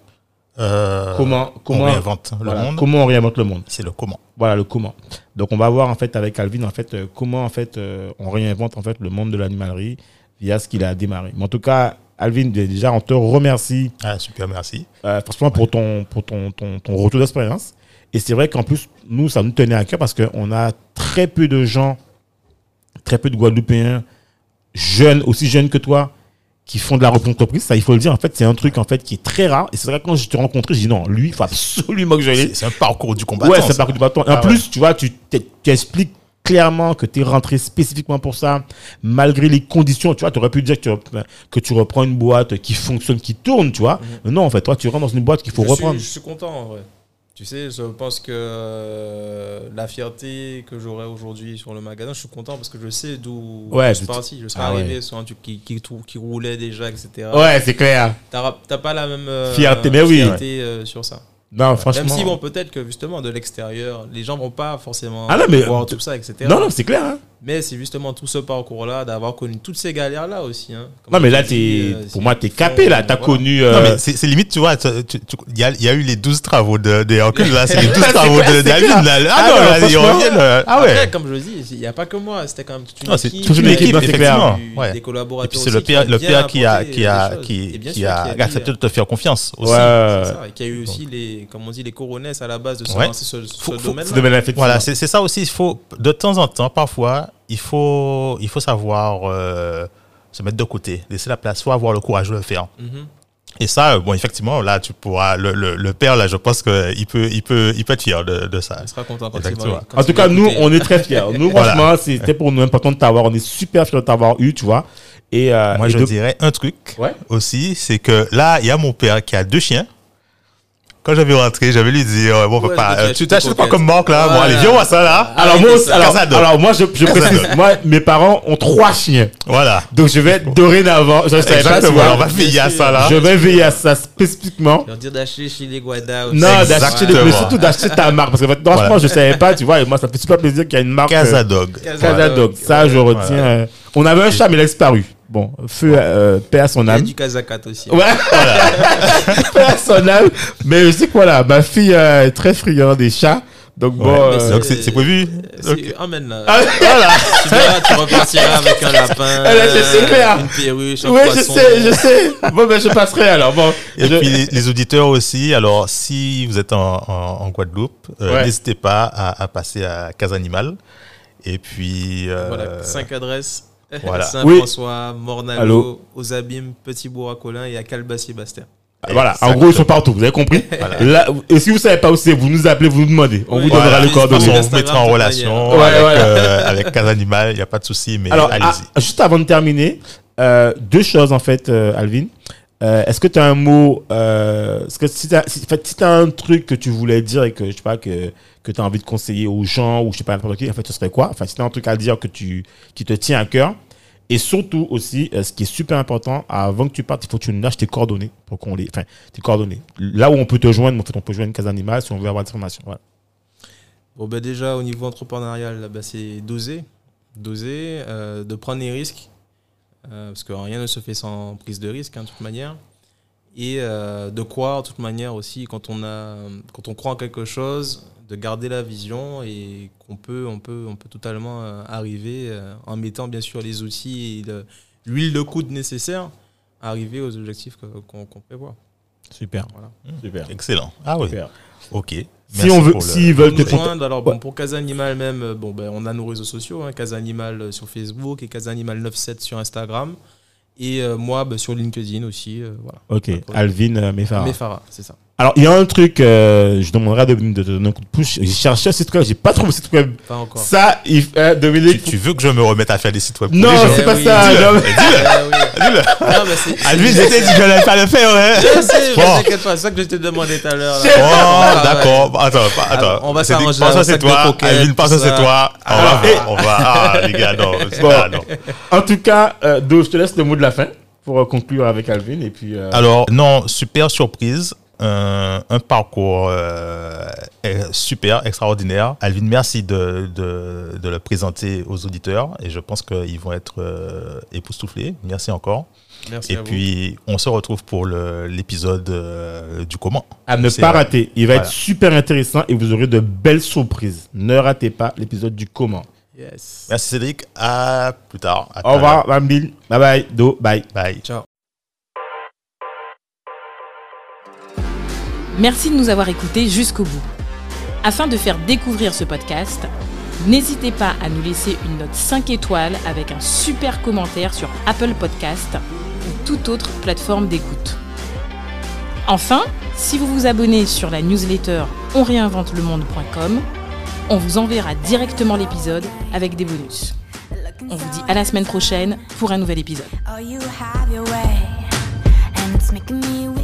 euh, Comment, on comment, réinvente le voilà, monde. comment on réinvente le monde. C'est le comment. Voilà le comment. Donc on va voir en fait avec Alvin en fait euh, comment en fait euh, on réinvente en fait le monde de l'animalerie via ce qu'il a démarré. Mais en tout cas, Alvin dé- déjà on te remercie Ah, super, merci. euh, franchement pour ton pour ton, ton, ton retour d'expérience. Et c'est vrai qu'en plus nous ça nous tenait à cœur parce qu'on a très peu de gens, très peu de Guadeloupéens jeunes aussi jeunes que toi qui font de la reprise entreprise. Ça il faut le dire en fait c'est un truc en fait qui est très rare. Et c'est vrai que quand je te rencontrais j'ai dit non lui il faut absolument que je l'aie. C'est c'est un parcours du combattant. Ouais, c'est ça. parcours du bâton. En Ah plus, tu vois, tu, t'es- tu expliques clairement que tu es rentré spécifiquement pour ça, malgré les conditions. Tu vois, tu aurais pu dire que tu, que tu reprends une boîte qui fonctionne, qui tourne, tu vois. Mhm. Mais Non, en fait, toi, tu rentres dans une boîte qu'il faut je reprendre. Suis, je suis content en vrai. Tu sais, je pense que euh, la fierté que j'aurai aujourd'hui sur le magasin, je suis content parce que je sais d'où je Ouais, je suis te- parti. Je serais Ah ouais. arrivé sur un truc qui, qui, trou- qui roulait déjà, etc. Ouais, c'est clair. T'as t'as pas la même euh, Fierté, mais oui. fierté, euh, sur ça. Non, franchement. hein. Même si, bon, peut-être que justement, de l'extérieur, les gens vont pas forcément Ah non, mais- voir tout ça, etc. non, non, c'est clair. hein. Mais c'est justement tout ce parcours-là, d'avoir connu toutes ces galères-là aussi. hein. Comme Non, mais là, tu dis, t'es, euh, pour si moi, tu t'es fais, capé, là. euh, T'as voilà. connu. Non, euh, mais c'est c'est limite, tu vois, tu- tu- tu- il y, a- il y a eu les 12 travaux de, de Hercule, (laughs) là, c'est les 12 travaux de David, là. Ah, Ah non, non, là, ils franchement. reviennent, là. Ah Après, ouais. comme je le dis, il n'y a pas que moi, c'était quand même toute une Non, c'est équipe. toute une euh, équipe, du- effectivement. Ouais. Des collaborateurs. Et puis c'est le aussi qui père, ont le bien père qui a, apporté, qui euh, a, des choses. Et qui, bien qui sûr, a dit, accepté de te faire confiance aussi. ouais. euh, c'est ça, et qui a eu aussi les, comme on dit, les coronesses à la base de se Ouais. lancer ce, ce Faut- faut- domaine-là. ce domaine-là, effectivement. Voilà, c'est c'est ça aussi. Il faut, de temps en temps, parfois, il faut, il faut savoir euh, se mettre de côté, laisser la place. Il faut avoir le courage de le faire. Mhm. Et ça, euh, bon, effectivement, là, tu pourras. Le, le, le père, là, je pense qu'il peut, il peut, il peut être fier de, de ça. On sera content quand Exactement. il va- quand En il tout va cas, nous, écouter. on est très fiers. Nous, Voilà. franchement, c'était pour nous important de t'avoir. On est super fiers de t'avoir eu, tu vois. Et, euh, Moi, et je de- dirais un truc Ouais. aussi, c'est que là, il y a mon père qui a deux chiens. Quand j'avais rentré, j'avais lui dit, euh, bon Ouais, papa, le euh, petit tu t'achètes coquette. pas comme Marc là, bon Voilà. allez viens voir Ah, ça là. Alors, moi, aussi- alors, Casado. alors, moi, je, je précise, moi, mes parents ont trois chiens. Voilà. Donc, je vais dorénavant, je ne savais pas, tu Exactement. vois. Alors, on va veiller à ça là. Je vais veiller à ça spécifiquement. Leur dire d'acheter chez les Guada. aussi. Non, Exactement. d'acheter des- mais surtout d'acheter ta marque. Parce que franchement, Voilà. je ne savais pas, tu vois. Et moi, ça me fait super plaisir qu'il y a une marque. euh, Casadog. Casa Dog. Ça, je retiens. euh, on avait un chat, mais il a disparu. Bon, feu, euh, paix à son Il y a âme. du Kazakat aussi. hein. Ouais. (laughs) Paix à son âme. Mais je sais que voilà, ma fille euh, est très friande des chats. Donc bon. Ouais, euh, Donc, c'est- c'est prévu C'est- Ok. Emmène là. (laughs) Ah, voilà. euh, Tu verras, tu (laughs) repartiras avec un lapin. euh, Ah, là, c'est super. Une perruche, un Oui, je poisson. sais, je sais. euh, (laughs) Bon, ben, je passerai alors. Bon. Et je- puis les, les auditeurs aussi, alors si vous êtes en, en- en Guadeloupe, euh, Ouais. n'hésitez pas à, à passer à Casa Animal. Et puis euh, Voilà, 5 adresses. (laughs) voilà. Saint-François, Mornalo, Allô. aux Abîmes, Petit Bourg à Colin et à Calbassier-Bastien. Voilà, en gros, ils sont partout, vous avez compris Là, Et si vous savez pas où c'est, vous nous appelez, vous nous demandez. On Oui. vous donnera Voilà, les de toute façon, on coordonnées. vous mettra en Instagram, relation hein. Ouais, avec, ouais. euh, avec Casa Animal, il n'y a pas de souci, mais Alors, allez-y. ah, juste avant de terminer, euh, deux choses en fait, euh, Alvin. Euh, est-ce que tu as un mot euh, Est-ce que si tu as, un truc que tu voulais dire et que je sais pas que que tu as envie de conseiller aux gens ou je sais pas n'importe qui, en fait, ce serait quoi Enfin, si tu as un truc à dire que tu qui te tient à cœur. Et surtout aussi, euh, ce qui est super important, avant que tu partes, il faut que tu nous lâches tes coordonnées pour qu'on les, enfin, tes coordonnées. Là où on peut te joindre, en fait, on peut joindre Casa Animal si on veut avoir des informations. Voilà. Bon, ben déjà, au niveau entrepreneurial, là, ben, c'est doser. Doser, euh, de prendre des risques. euh, parce que rien ne se fait sans prise de risque, hein, de toute manière. Et euh, de croire, de toute manière aussi, quand on, a, quand on croit en quelque chose, de garder la vision et qu'on peut, on peut, on peut totalement euh, arriver, euh, en mettant bien sûr les outils et le- l'huile de coude nécessaire, arriver aux objectifs que- qu'on qu'on prévoit. Super. Voilà. Super. Excellent. Ah oui. Super. Ok. si Merci on veut, pour le- s'ils veulent te Nous contacter. joindre, alors bon, pour Casa Animal même, euh, bon, ben, on a nos réseaux sociaux, hein, Casa Animal euh, sur Facebook et Casa Animal 97 sur Instagram. Et euh, moi, ben, sur LinkedIn aussi. euh, voilà. Ok, Pas de problème. Alvin euh, Ah. Mefara. Mais Farah, c'est ça. Alors, il y a un truc, euh, je demanderai à Dominique de te donner un coup de pouce. J'ai cherché un site web, j'ai pas trouvé le site web. Pas encore. Ça, il, euh, Tu, Dominique. tu veux que je me remette à faire des sites web pour Non, les gens c'est Eh pas oui. ça. Dis-le. non. Euh, oui. (laughs) Dis-le. Non, mais c'est- Ah, lui, j'étais dit que je n'allais pas le faire, hein. ouais. Je sais, mais Bon. t'inquiète pas, c'est ça que je t'ai demandé tout à l'heure. là. Oh, Ah, d'accord. Bah, Attends, pas- attends. on va C'est dit que s'arranger Parfois, un c'est sac de toi. croquettes, Alvin, parfois, tout c'est ça. bah, toi. On va, Alors, et- on va. Ah, les gars, non. c'est- Bon. ah, non. En tout cas, euh, Do, je te laisse le mot de la fin pour euh, conclure avec Alvin. Et puis, euh, Alors, non, super surprise. Un, un parcours euh, eh, super, extraordinaire. Alvin, merci de, de, de le présenter aux auditeurs et je pense qu'ils vont être euh, époustouflés. Merci encore. Merci Et à vous. puis, on se retrouve pour le- l'épisode euh, du comment. à ne c'est pas vrai. rater. Il va Voilà. être super intéressant et vous aurez de belles surprises. Ne ratez pas l'épisode du comment. Yes. Merci Cédric, à plus tard. À tout à Au revoir, Bambil. Bye bye, Do. Bye. l'heure. Bye. Ciao. Merci de nous avoir écoutés jusqu'au bout. Afin de faire découvrir ce podcast, n'hésitez pas à nous laisser une note 5 étoiles avec un super commentaire sur Apple Podcast ou toute autre plateforme d'écoute. Enfin, si vous vous abonnez sur la newsletter onréinventelemonde.com, on vous enverra directement l'épisode avec des bonus. On vous dit à la semaine prochaine pour un nouvel épisode. Oh, you have your way, and it's making me